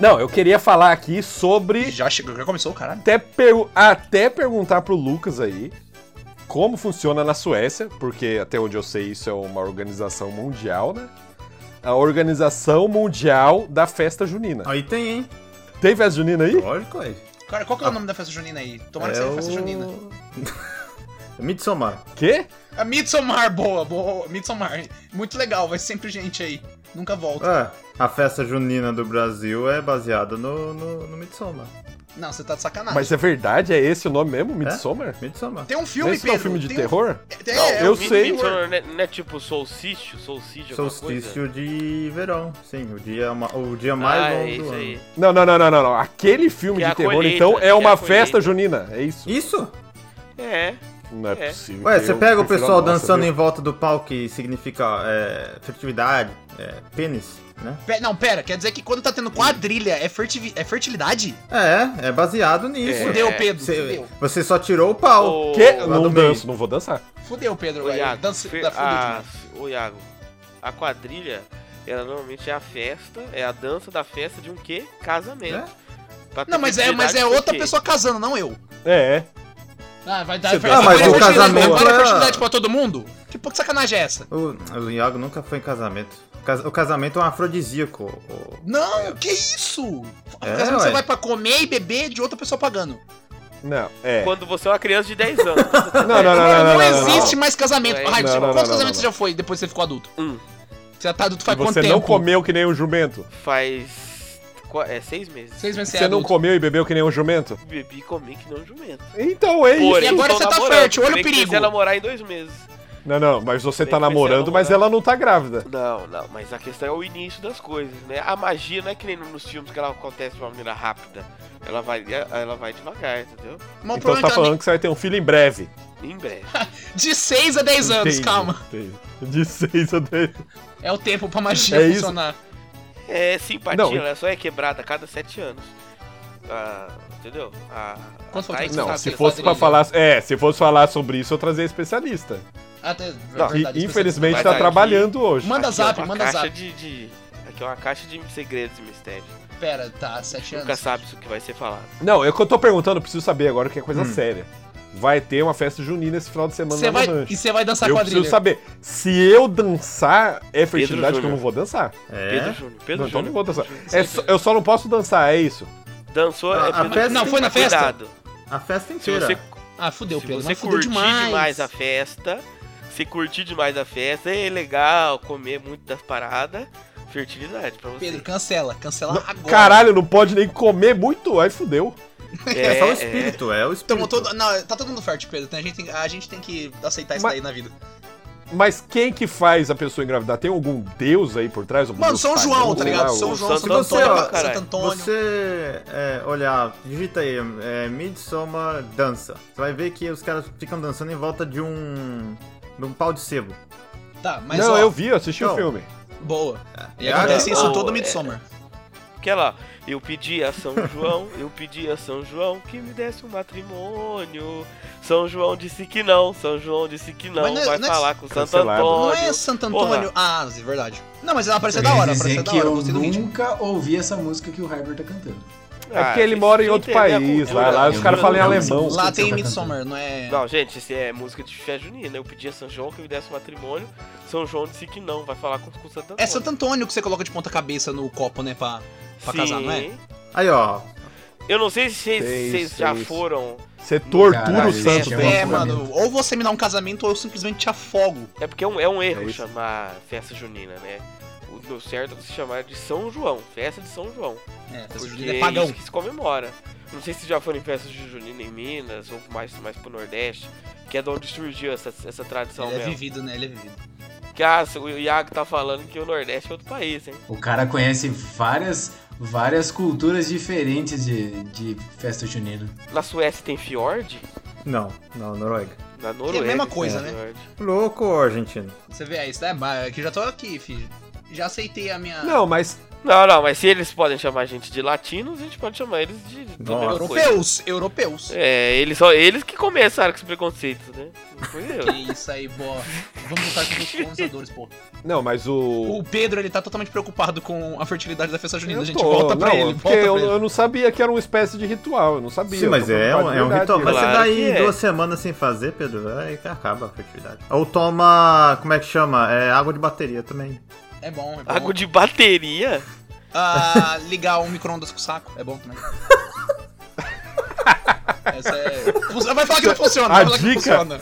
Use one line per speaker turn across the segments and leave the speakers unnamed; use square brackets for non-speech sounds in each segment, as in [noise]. Não, eu queria falar aqui sobre.
Já, chegou, já começou, caralho.
Até, per- até perguntar pro Lucas aí como funciona na Suécia, porque até onde eu sei isso é uma organização mundial, né? A Organização Mundial da Festa Junina.
Aí tem, hein?
Tem festa junina aí?
Lógico aí.
Cara, qual que
Ah.
é o nome da festa junina aí? Tomara que seja festa
[laughs]
junina.
É Midsommar.
Quê?
A Midsommar, boa, boa. Midsommar. Muito legal, vai sempre gente aí. Nunca
Ah.
volta.
É, a festa junina do Brasil é baseada no, no, no Midsommar.
Não, você tá de sacanagem.
Mas é verdade? É esse o nome mesmo? Midsommar?
Midsommar.
Tem um filme,
Esse não é um
Pedro,
filme de
tem
terror?
Tem,
Não,
é,
eu
um
sei.
filme
sei.
de terror.
Não é, não é tipo solstício, solstício, alguma coisa?
Solstício de verão, sim. O dia, ma- o dia mais
Ah, é
longo
isso
do
aí.
ano.
Não, não, não, não, não, não. Aquele filme
Que é
de
a
terror,
colheita,
então,
que
é
é a
uma
colheita.
festa junina. É isso?
Isso?
É.
Não é,
É.
possível.
Ué,
Eu
você pega
prefiro
o
a
pessoal
nossa,
dançando
viu?
em volta do pau que significa é, fertilidade, é, pênis, né?
Pe- Não, pera, quer dizer que quando tá tendo quadrilha é, fertivi- é fertilidade?
É, é baseado nisso.
Fudeu, Pedro,
Você,
fudeu.
você só tirou o
Ah,
pau.
Ô,
Quê?
Lá
Não
do meio.
danço, não vou dançar.
Fudeu, Pedro,
Ô,
velho.
Iago,
Dança,
fe- ah,
da- fudeu
a,
demais.
ô, Iago, a quadrilha, ela normalmente é a festa, é a dança da festa de um quê?
Né?
Casamento. Pra ter
É? Não, mas é, mas
festividade,
é
por
outra
quê?
pessoa casando, não eu.
É,
Ah, vai dar
Você
fertilidade.
Ah,
mas
Vai
o
dar fertilidade-
casamento
vai dar
é-
fertilidade pra todo mundo? Que pouco de sacanagem é essa?
O, o Iago nunca foi em casamento. O cas- O casamento é um afrodisíaco. o-
Não, que isso?
É,
casamento você
ué.
vai pra comer e beber de outra pessoa pagando.
não, é.
Quando você é uma criança de 10 anos. [laughs]
Não, não, não, não, não,
Não,
não, não, não.
existe mais casamento.
Não,
Ai,
não,
tipo,
não,
quantos
não,
casamentos você
não.
já foi depois que você ficou adulto?
Um.
Você tá
E
adulto faz quanto
Você
tempo?
não comeu que nem um jumento?
Faz. qua- É seis meses.
Seis meses
Você não comeu e bebeu que nem um jumento?
Bebi e comi que não jumento.
Então é isso.
e agora você tá fértil, olha o perigo.
Você namorar em dois meses.
Não, não, mas você
Bem
tá
que você
namorando,
é
mas ela não tá grávida.
Não, não, mas a questão é o início das coisas, né? A magia não é que nem nos filmes que ela acontece de uma maneira rápida. Ela vai, ela vai devagar, entendeu?
Mas o
então você tá
problema é que ela-
falando que você vai ter um filho em breve.
[laughs]
Em breve.
de 6 a 10 anos,
Entendi,
calma.
entendi. De 6 a 10.
É o tempo pra magia
É isso.
funcionar.
É simpatia,
Não, e-
ela só é quebrada a cada sete anos. Ah, entendeu? Ah,
Quanto foi
aí
que
você
Você
Não,
sabe,
se
que
fosse pra
quadrilha.
falar. Tá. É, se fosse falar sobre isso, eu trazia especialista.
Até,
Não,
Que
verdade,
infelizmente
vai
tá
dar aqui.
trabalhando hoje.
Manda
aqui
zap,
é uma
manda
caixa
zap.
De, de- Aqui é uma caixa de segredos e mistérios.
Pera, tá, 7
Nunca
anos.
sabe o que vai ser falado.
Não, é o que eu tô perguntando, eu preciso saber agora que é coisa séria. Vai ter uma festa junina esse final de semana
Hum. Você
lá
vai,
no rancho.
e você vai dançar
eu
quadrilha.
preciso saber. Se eu dançar, é fertilidade que eu
Júnior.
não vou dançar.
É.
Pedro Júnior, Pedro
Não, então não
Júnior.
vou dançar.
Júnior.
É só- eu só não posso dançar, é isso?
Dançou,
A-
é
a
Pedro
festa-
Júnior.
Não, foi na festa?
Cuidado.
A festa
Se
inteira.
você,
Ah, fudeu,
se
Pedro.
você
mas fudeu
curtir demais.
demais.
a festa, se curtir demais a festa, é legal comer muito das paradas, fertilidade pra você.
Pedro, cancela, cancela
Não,
Ah, agora.
Caralho, não pode nem comer muito, aí fudeu.
É, só o
assim.
espírito, é, o espírito.
Tomou todo, não, tá todo mundo fértil, Pedro. A gente tem, a gente tem que aceitar isso
Mas-
daí na vida.
Mas quem que faz a pessoa engravidar? Tem algum deus aí por trás? Algum
Mano,
deus
São
pagão
João,
lá,
tá ligado?
ou-
São João,
Santo
Santo
Antônio,
Antônio,
caralho.
Santo Antônio.
Você é, olhar, digita aí, é, Midsommar dança. Você vai ver que os caras ficam dançando em volta de um. de um pau de sebo.
Tá, mas
não,
ó,
eu vi, eu assisti o
Não.
filme.
boa. E
É,
acontece
é,
isso
ó,
em todo
é.
Midsommar.
Aquela, eu pedi a São João, eu pedi a São João que me desse um matrimônio. São João disse que não, São João disse que não,
Mas não é-
vai
não é-
falar com Santo
Cancelado.
Não
Antônio.
é Santo
Porra.
Antônio? Ah, é verdade. Não, mas ela
Você
apareceu
da
da hora,
dizer
apareceu da
que
hora, eu
eu
gostei do ritmo.
nunca ouvi essa música que o Herbert tá cantando.
É porque
Ah,
ele
vocês
mora em
não
outro
entendem a
país,
cultura,
lá, lá os
eu
caras
não-
falam em
não-
alemão.
Música
Lá
que você
tem
tá
Midsommar, não é...
Não, gente, isso é música de fé junina. Eu pedi a São João que me desse um matrimônio, São João disse que não, vai falar com, com Santo Antônio.
É Santo Antônio que você coloca de ponta cabeça no copo, né, pra... pra casar, não é?
Sim.
Aí, ó.
Eu não sei se vocês-
Sei,
vocês
sei
já
isso.
foram
Você tortura
Caralho,
o né? santo.
isso
é
dele.
É,
um
mano, ou você me dá um casamento ou eu simplesmente te afogo.
É porque é um, é um erro
isso.
chamar festa junina, né? O no certo é se chamar de São João, festa de São João.
É, festa
Porque
junina é
é,
pagão.
isso que se comemora. Não sei se já foram em festas de junina em Minas ou mais, mais pro Nordeste, que é de onde surgiu essa, essa tradição
Ele é
mesmo.
vivido, né, ele é vivido.
Que ah, o Iago tá falando que o Nordeste é outro país, hein?
O cara conhece várias, várias culturas diferentes de, de festa junina.
Na Suécia tem fiord,
Não, não, Noruega.
na Noruega.
é mesma
tem
coisa, né?
fiord.
Louco, argentino.
é Você vê, é isso, né? Mas é que já tô aqui, filho. Já aceitei a minha.
Não, mas
Não, não, mas se eles podem chamar a gente de latinos, a gente pode chamar eles de. de
Nossa.
mesma coisa.
Europeus, europeus.
É, eles só eles que começaram com esse preconceito, né? Não fui eu.
[laughs] Que isso aí, boa. Vamos lutar contra os colonizadores, pô.
não, mas o
O Pedro, ele tá totalmente preocupado com a fertilidade da festa junina.
Eu
A gente
tô,
volta pra
não,
ele, volta
porque
pra
eu,
ele.
eu não sabia que era uma espécie de ritual, eu não sabia.
Sim, mas
eu tô
é
falando
um,
de
é um
verdade,
ritual. Mas
né?
você
Claro
dá aí
que é.
duas semanas sem fazer, Pedro, aí que acaba a fertilidade. Ou toma. Como é que chama? É água de bateria também.
É bom, é bom.
Água de bateria?
Ah, ligar um micro-ondas com o saco, é bom também.
[laughs]
Essa é... Fun- Vai falar que não funciona, vai
A
falar que
dica-
não funciona.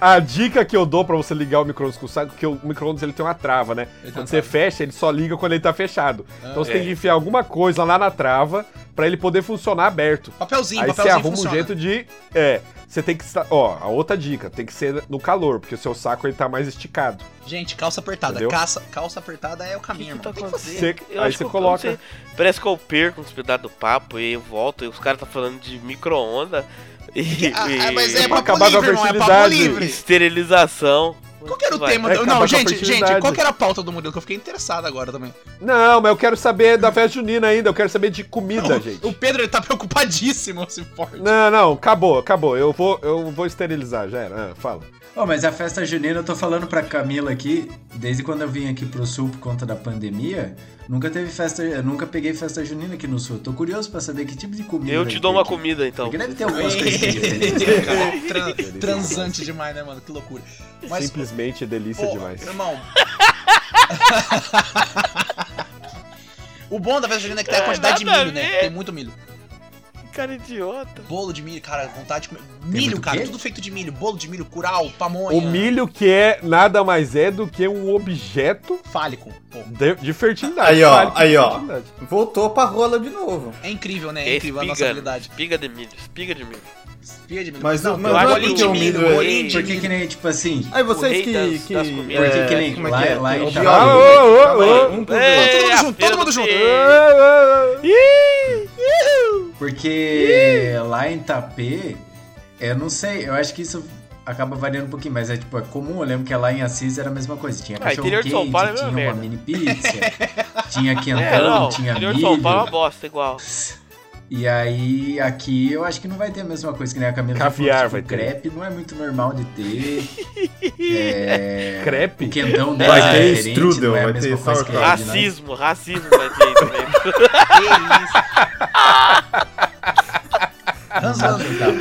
A dica que eu dou pra você ligar o micro-ondas com o saco, que o micro-ondas ele tem uma trava, né?
tem uma
Quando você
trava. Ah,
fecha, ele só liga quando ele tá fechado. então você
é.
tem que enfiar alguma coisa lá na trava pra ele poder funcionar aberto.
Papelzinho,
Aí você
papelzinho
arruma
funciona.
um jeito de. É. Você tem que. sa- Ó, a outra dica, tem que ser no calor, porque o seu saco ele tá mais esticado.
Gente, calça apertada.
Entendeu?
Calça, calça apertada é o caminho,
que tá
irmão. Tem que fazer.
acontecendo?
você-
Eu
aí você
acho que eu-
coloca.
não sei, parece que eu perco uns pedaços do papo e eu volto e os caras tá falando de micro-onda
[laughs]
e,
Ah,
e-
mas é
pra
papo
acabar com a
livre, irmão, é papo
fertilidade.
livre.
esterilização.
Qual que era o
Vai.
tema?
vai
do-
acabar com
Não,
a
gente, gente,
fertilidade.
qual que era a pauta do modelo? Que eu fiquei interessado agora também.
Não, mas eu quero saber da festa junina ainda, eu quero saber de comida,
O-
gente.
O Pedro, ele tá preocupadíssimo, se for.
Não, não, acabou, acabou. Eu vou, eu vou esterilizar, já era. Ah, fala.
Ô, Oh, mas a festa junina, eu tô falando pra Camila aqui, desde quando eu vim aqui pro sul por conta da pandemia, nunca teve festa, eu nunca peguei festa junina aqui no sul. Eu tô curioso pra saber que tipo de comida.
Eu te dou uma
tem aqui.
comida então.
Porque deve
[laughs]
ter algumas
[laughs]
coisas diferentes.
Tran- transante demais, né, mano? Que loucura. Mas,
Simplesmente delícia
Pô,
demais.
Irmão. o bom da festa junina é que tem a
É,
quantidade de
nada a
milho, né?
ver.
Tem muito milho.
Cara idiota.
Bolo de milho, cara, vontade de comer. Milho,
muito
cara,
quê?
tudo feito de milho. Bolo de milho, curau, pamonha.
O milho que é nada mais é do que um objeto
Fálico, pô.
de, de fertilidade.
Aí, ó,
Vale de
aí, ó.
fertilidade.
Voltou pra rola de novo.
É incrível, né? É incrível a nossa
Espiga,
habilidade.
espiga de milho, espiga de milho.
Espiga de milho.
Mas não, mas
eu
não
acho
é porque
que
o
o
milho
milho-
é.
bolinho de
Por que que
milho.
nem, tipo assim,
Aí
O
vocês
rei
que.
das-
que,
das comidas.
é,
Por que que nem-
como é
lá-
que é?
lá em
Obiótico.
Itaú-
Ah, ô, ô, ô,
Um por dois.
É,
mundo
a
junto,
feira
todo mundo
do
junto.
queijo.
Ah, ah, ah.
porque lá em Itapê, eu não sei, eu acho que isso acaba variando um pouquinho, mas é tipo, é comum, eu lembro que lá em Assis era a mesma coisa, tinha
Ah,
cachorro
interior
quente,
de São Paulo é a
tinha
mesma
uma
merda.
mini pizza,
[laughs]
tinha quentão,
É, não,
tinha
interior
milho.
de São Paulo é uma bosta, igual.
E aí, aqui eu acho que não vai ter a mesma coisa que nem a Camila.
Caviar vai
falou, tipo,
ter.
Crepe não é muito normal de
[laughs]
ter. é...
Crepe?
O quentão dela
Vai
é
ter
diferente,
strudel,
não é a
vai
mesma
ter
coisa que
sauerkraut.
a de nós.
Racismo, racismo vai ter isso mesmo.
Que
[laughs]
isso.
Ah,
Hans Landa.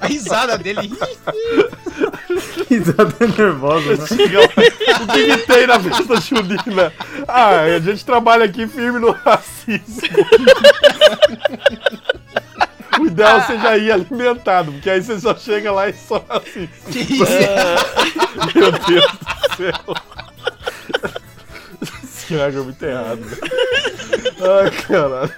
A risada dele.
[laughs] Risada nervosa, né?
assim, O que, que tem na festa junina? Ah, a gente trabalha aqui firme no racismo. O
Ah.
ideal seja ir alimentado, porque aí você só chega lá e só assim.
Que isso.
[laughs] Meu Deus do céu. Esse água é muito errado. Ai, caralho.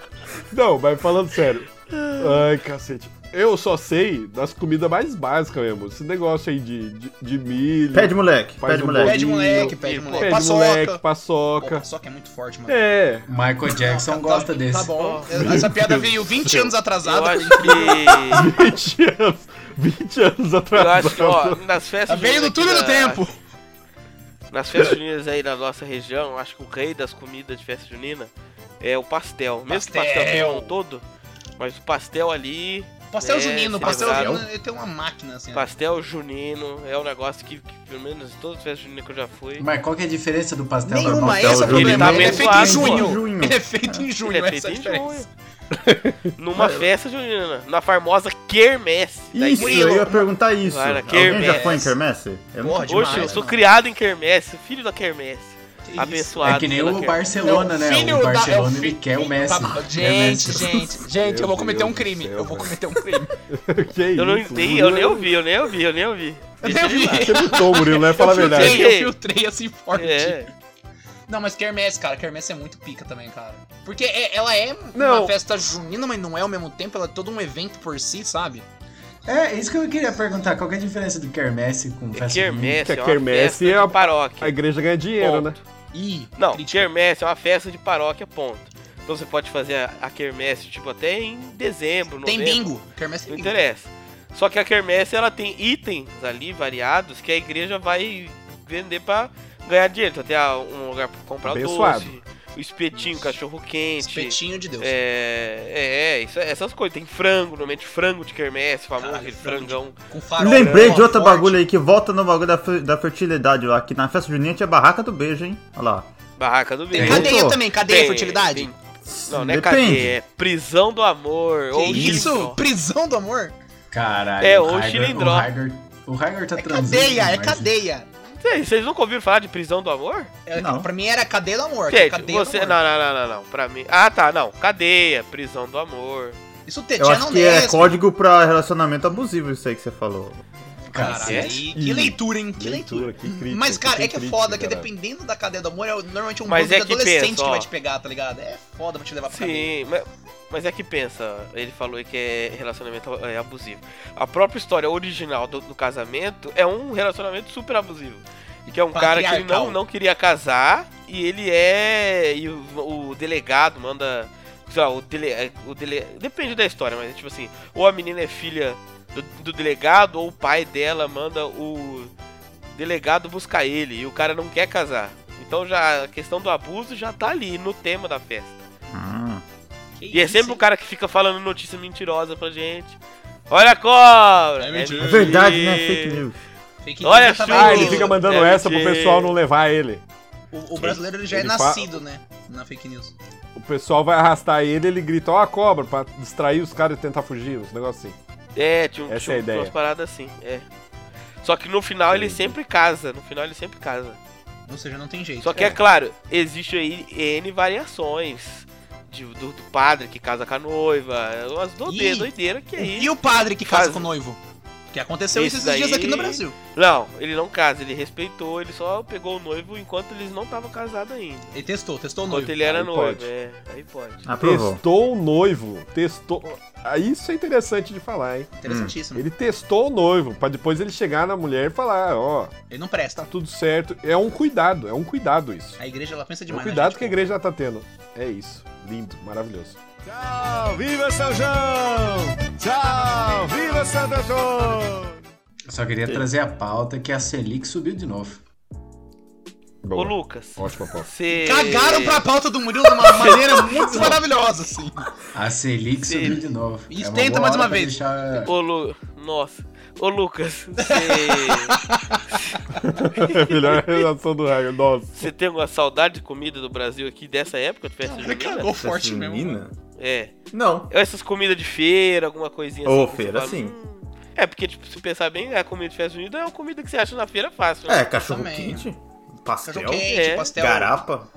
Não, mas falando sério. Ai, cacete. Eu só sei das comidas mais básicas mesmo. Esse negócio aí de, de, de milho.
Pede moleque,
Faz
pede
um
moleque.
Pede moleque, pede
Pô,
moleque.
pé de
paçoca.
moleque,
Pô,
paçoca.
paçoca é muito forte, mano.
É.
Michael Jackson
Tá-
gosta
tá,
desse.
Tá bom.
Meu
Essa piada
Deus
veio
do
20
céu.
anos
Eu
atrasada.
acho que.
20 anos. 20 anos atrás.
Eu acho que, ó, nas festas.
Veio
juninas
do túnel
aqui
do
da-
tempo.
Nas festas juninas aí da nossa região, eu acho que o rei das comidas de festa junina é o pastel. Mesmo que o pastel
Pastel.
seja um todo, mas o pastel ali,
Pastel
É,
junino,
sim,
pastel
exato.
junino, ele tem uma máquina assim. né?
pastel junino, é um negócio que, que, pelo menos em todas as festas juninas que eu já fui.
Mas qual que é a diferença do pastel normal?
Nenhuma,
pastel
esse é o
junino.
problema.
Ele
Ele
tá
é feito em
abençoado,
junho.
Junho.
Ele é feito em junho,
Ele é
essa é a
feito em junho.
[laughs] diferença.
[laughs] Numa festa junina, na famosa quermesse. da
Isso,
igreja.
Murilo.
eu ia perguntar isso.
Cara,
Alguém já
quermesse.
foi em quermesse?
Porra,
Eu nunca fui.
demais,
Oxe, eu sou
né?
criado em quermesse, filho da quermesse.
Que isso.
Abençoado.
É que nem
pela
o
quermesse.
Barcelona,
É o
né?
filho
O
da- é
Barcelona
o
ele
filho-
quer o Messi.
Tá-
É o
Gente,
Messi.
gente, gente, eu
Meu
vou cometer
Deus
um crime.
do céu,
Eu vou
velho.
cometer um crime.
[laughs] que
Eu não
isso, né?
entendi,
Murilo
eu nem ouvi, eu nem ouvi, eu nem ouvi. Deixa
Eu
ele
vi.
lá.
Você imitou, Murilo, né? Fala a
eu
verdade.
Gente.
filtrei, eu filtrei assim forte.
É.
tipo
Não, mas quermesse, cara, quermesse é muito pica também, cara. Porque é- ela é
Não.
uma festa junina, mas não é ao mesmo tempo, ela é todo um evento por si, sabe?
É, isso que eu queria perguntar. Qual que é a diferença do quermesse com festa junina?
Quermesse,
Que
é
a
uma
quermesse
festa
é a-
de paróquia.
A igreja ganha dinheiro, né?
ponto.
Ih,
Não,
crítica.
quermesse é uma festa de paróquia, ponto. Então você pode fazer a, a quermesse, tipo, até em dezembro,
Tem
novembro.
bingo. Quermesse
Não
tem bingo.
interessa. Só que a quermesse ela tem itens ali variados que a igreja vai vender pra ganhar dinheiro. Então tem ah, um lugar pra comprar
Abençoado.
o doce, o espetinho, cachorro quente.
Espetinho de Deus.
É, é, isso- essas coisas. Tem frango, normalmente frango de quermesse, famoso,
Caralho,
aquele
frango de-
frangão.
Com farol.
Lembrei
ó,
de outro
forte.
bagulho aí que volta no bagulho da, fe- da fertilidade lá, que na festa junina tinha barraca do beijo, hein? Olha lá.
Barraca do
Tem
beijo.
Cadê?
É cadeia
Voltou.
também, cadeia,
Tem,
fertilidade.
tem. Não, não é cadeia, é prisão do amor. ou
Que isso?
xilindró.
Prisão do amor?
Caralho.
É, ou
o
xilindró.
O Hygor, o Hygor tá
É
transando.
cadeia, é
né?
demais.
cadeia.
Vocês vocês nunca ouviram falar de prisão do amor?
É,
Não.
Pra mim era cadeia do amor. que é
Gente,
cadeia
você.
do
Não,
amor.
não, não, não, não. Pra mim. Ah, tá, não. Cadeia, prisão do amor.
Isso o
Eu
Tetinha
acho
não
que é
desce.
código pra relacionamento abusivo isso aí que você falou.
Caralho,
Cacete.
aí, é que leitura, hein? Que leitura.
Leitura, que crítica.
Mas, cara, é que é
crítica,
foda, que
caralho.
dependendo da cadeia do amor, é normalmente um
Mas
bando
é
de
que
adolescente
pensa,
que vai
ó.
te pegar, tá ligado? É foda pra te levar pra cadeia.
Sim, mas, mas é que pensa, ele falou aí que é relacionamento é, abusivo. A própria história original do, do casamento é um relacionamento super abusivo. Que é um cara que ele não,
Patriarcal.
não queria casar e ele é. E o, o delegado manda. Sei lá, o dele, é, o dele, depende da história, mas é tipo assim, ou a menina é filha do, do delegado, ou o pai dela manda o delegado buscar ele e o cara não quer casar. Então já a questão do abuso já tá ali no tema da festa.
Hum.
Que
E é
isso,
sempre o
hein?
cara que fica falando notícia mentirosa pra gente. Olha a cobra!
É mentira.
É
mentira.
verdade, né? Fake news.
Fake
Olha
news tá já
só.
Ah,
valendo.
ele fica mandando
É,
essa pro
porque-
pessoal não levar ele.
o, o brasileiro ele já
Ele
é
fa-
nascido, né? Na fake news.
O pessoal vai arrastar ele ele grita, ó a cobra, pra distrair os caras e tentar fugir, uns negócios assim.
É, tinha, um-
Essa é
tinha
a
um-
ideia.
umas paradas assim, é. Só que no final ele sempre casa, no final ele sempre casa.
Ou seja, não tem jeito.
Só que é claro, existe aí N variações de- do, do padre que casa com a noiva, é umas doide-
Ih.
doideiras que é aí.
E o padre que casa
Faz-
com o noivo? Que aconteceu
Esse
isso esses dias
daí-
aqui no Brasil.
Não, ele não casa, ele respeitou, ele só pegou o noivo enquanto eles não estavam casados ainda.
Ele testou, testou o
Enquanto
noivo.
ele era
Aí
noivo,
pode.
é, aí pode.
Aprovou.
Testou o noivo, testou... Ah, Isso é interessante de falar, hein?
Interessantíssimo.
Ele testou o noivo, pra depois ele chegar na mulher e falar, ó,
Ele não
tá
presta.
tudo certo. É um cuidado, é um cuidado isso.
A igreja ela pensa
É um
demais.
cuidado
né,
que a
gente?
igreja tá tendo. É isso. Lindo, maravilhoso. Tchau, viva São João! Tchau, viva Santo Antônio!
Eu Só queria trazer a pauta que a Selic subiu de novo.
Ô
Boa,
Lucas,
ótima pauta.
você.
Cagaram pra pauta do Murilo de uma maneira muito maravilhosa, assim.
A Selic
Sim.
subiu de novo. É
Isso,
uma
tenta
boa
mais
hora
uma
pra
vez.
deixar-
Ô Lu... Nossa. Ô Lucas, você...
[laughs] Melhor redação do Raio, nossa.
você tem alguma saudade de comida do Brasil aqui dessa época de festa
Ele
junina?
cagou forte
Essa
mesmo. né?
menina?
É.
Não.
Essas comidas de feira, alguma coisinha assim,
Ô,
que você
feira,
fala,
sim.
"Hum." É, porque, tipo, se pensar bem, a comida de festa junina é uma comida que você acha na feira fácil. né?
É, cachorro
Também.
quente, pastel,
Cachorro quente,
É.
pastel.
garapa.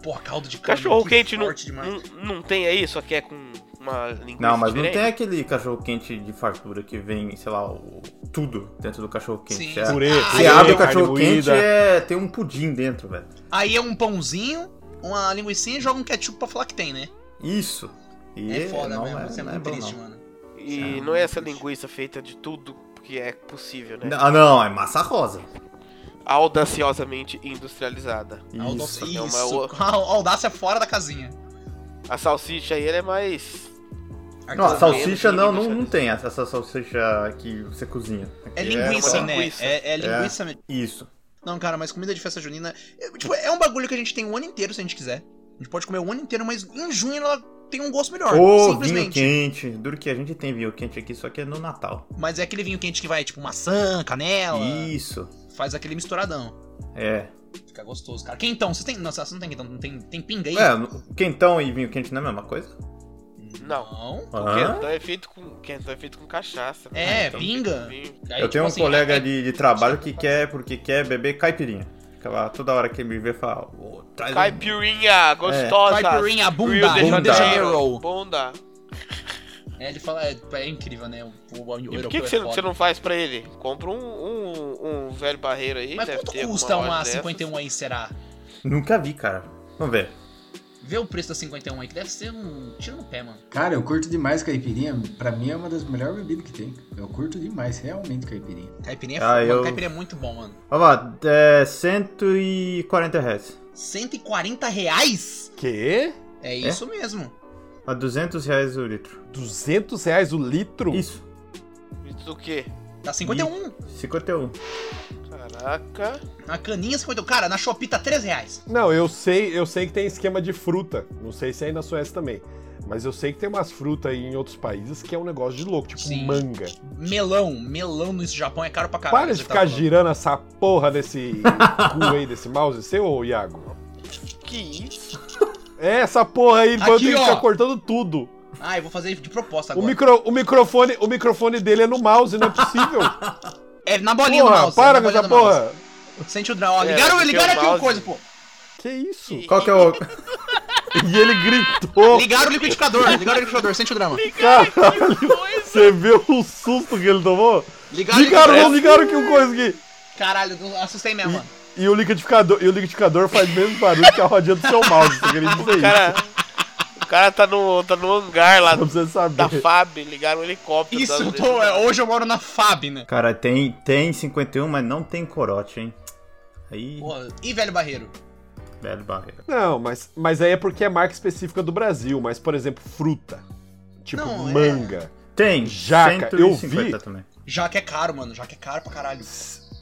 Porra, caldo de cana,
Cachorro
que
quente não,
forte demais.
não, não tem aí, só que é com uma linguiça
Não, mas não
diferente?
tem aquele cachorro quente de fartura que vem, sei lá, o- tudo dentro do cachorro quente.
Sim.
É,
Purê,
Você
purê,
abre o
carne
cachorro quente,
moída.
é, tem um pudim dentro, velho.
Aí é um pãozinho, uma linguicinha e joga um ketchup pra falar que tem, né?
Isso. E
É foda
não
mesmo,
é-
isso é
não é
muito
bom,
triste,
não.
mano.
E não é essa linguiça feita de tudo que é possível, né?
Ah, não, é massa rosa.
Audaciosamente industrializada.
Audácia,
Isso.
é uma
isso,
outra.
[laughs] a audácia é fora da casinha.
A salsicha aí, ela é mais...
é
Não, a salsicha não,
Menos que
não, não
linguiça.
tem essa, essa salsicha que você cozinha.
É
Aqui
linguiça,
uma
né?
linguiça.
É, é linguiça mesmo.
Isso.
Não, cara, mas comida de festa junina. É, tipo, é um bagulho que a gente tem o ano inteiro se a gente quiser. A gente pode comer o ano inteiro, mas em junho ela tem um gosto melhor.
Ou vinho
simplesmente.
quente. Duro que a gente tem vinho quente aqui, só que é no Natal.
Mas é aquele vinho quente que vai, tipo, maçã, canela.
Isso.
Faz aquele misturadão.
É.
Fica gostoso, cara. Quentão, você tem. Nossa, você não tem quentão, não tem, tem pinga aí?
É, no- quentão e vinho quente não é a mesma coisa?
Não.
Não.
O
Hã?
Quentão é feito com, Quentão é feito com cachaça.
É,
né? Então,
pinga.
vinho.
Aí,
Eu
tipo
tenho um
assim,
colega
é-
de, de trabalho que quer, porque quer beber caipirinha. Fica lá toda hora que ele me vê e fala, "Ô, traz um-"
Caipirinha gostosa.
É. Caipirinha, bunda,
Rio de
Janeiro.
Bunda.
É, ele fala, é, é incrível, né? O, o, o
E por
europeu
que, que
é
você,
foda.
você não faz pra ele? Compra um, um, um velho barreiro aí.
Mas
deve
quanto
ter alguma
custa
loja
uma
dessas.
51 aí, será?
Nunca vi, cara. Vamos ver.
Vê o preço da 51 aí, que deve ser um tiro no pé, mano.
Cara, eu curto demais caipirinha. Pra mim é uma das melhores bebidas que tem. Eu curto demais, realmente, caipirinha.
Caipirinha é,
Ah,
foda, mano,
eu-
caipirinha é muito bom, mano.
Vamos lá, é 140 reais.
140 reais?
Quê?
É isso mesmo.
A 200 reais o litro.
R$ 200 reais o litro?
Isso.
Mitsuke.
Tá 51.
51.
Caraca.
Na caninha 51. Cara, na Shopee tá 3 reais.
Não, eu sei, eu sei que tem esquema de fruta. Não sei se é aí na Suécia também. Mas eu sei que tem umas frutas aí em outros países que é um negócio de louco, tipo
Sim.
manga.
Melão. Melão no Japão é caro pra caralho.
Para de
Você tá
ficar
falando.
girando essa porra desse cu aí, desse mouse seu, ô Iago.
Que isso?
É, essa porra aí, eu
Aqui,
tenho que
ó.
ficar cortando tudo.
Ah, eu vou fazer de proposta
O,
agora.
micro, o, microfone, o microfone dele é no mouse, não é possível.
É na [laughs] bolinha do
porra,
mouse.
para
é
com
na bolinha
essa
do mouse.
porra.
Sente o drama. Ó,
É,
Ligaram,
porque
ligaram
o
aqui uma
mouse-
coisa, pô.
Que isso?
Qual que
[laughs]
é o.
E ele gritou.
Ligaram o liquidificador. Ligaram o liquidificador. Sente o drama.
Caralho, você viu o susto que ele tomou?
Ligaram, o
Ligaram, não,
liquidificador.
ligaram que o coisa aqui.
Caralho, eu assustei mesmo, mano.
E o liquidificador, e o liquidificador faz o mesmo barulho que a rodinha do seu mouse, você queria dizer
O
isso.
cara. O cara tá no, tá no hangar lá
Não precisa saber.
da FAB, ligaram um helicóptero.
Isso, eu
tá-
tô, é, hoje eu moro na FAB, né?
Cara, tem, tem 51, mas não tem corote, hein? Aí,
Porra, e velho barreiro?
velho barreira.
Não, mas, mas aí é porque é marca específica do Brasil, mas, por exemplo, fruta. Tipo,
Não, é.
manga.
Tem,
Jaca, eu vi.
150 também.
Jaca é caro, mano. Jaca é caro pra caralho.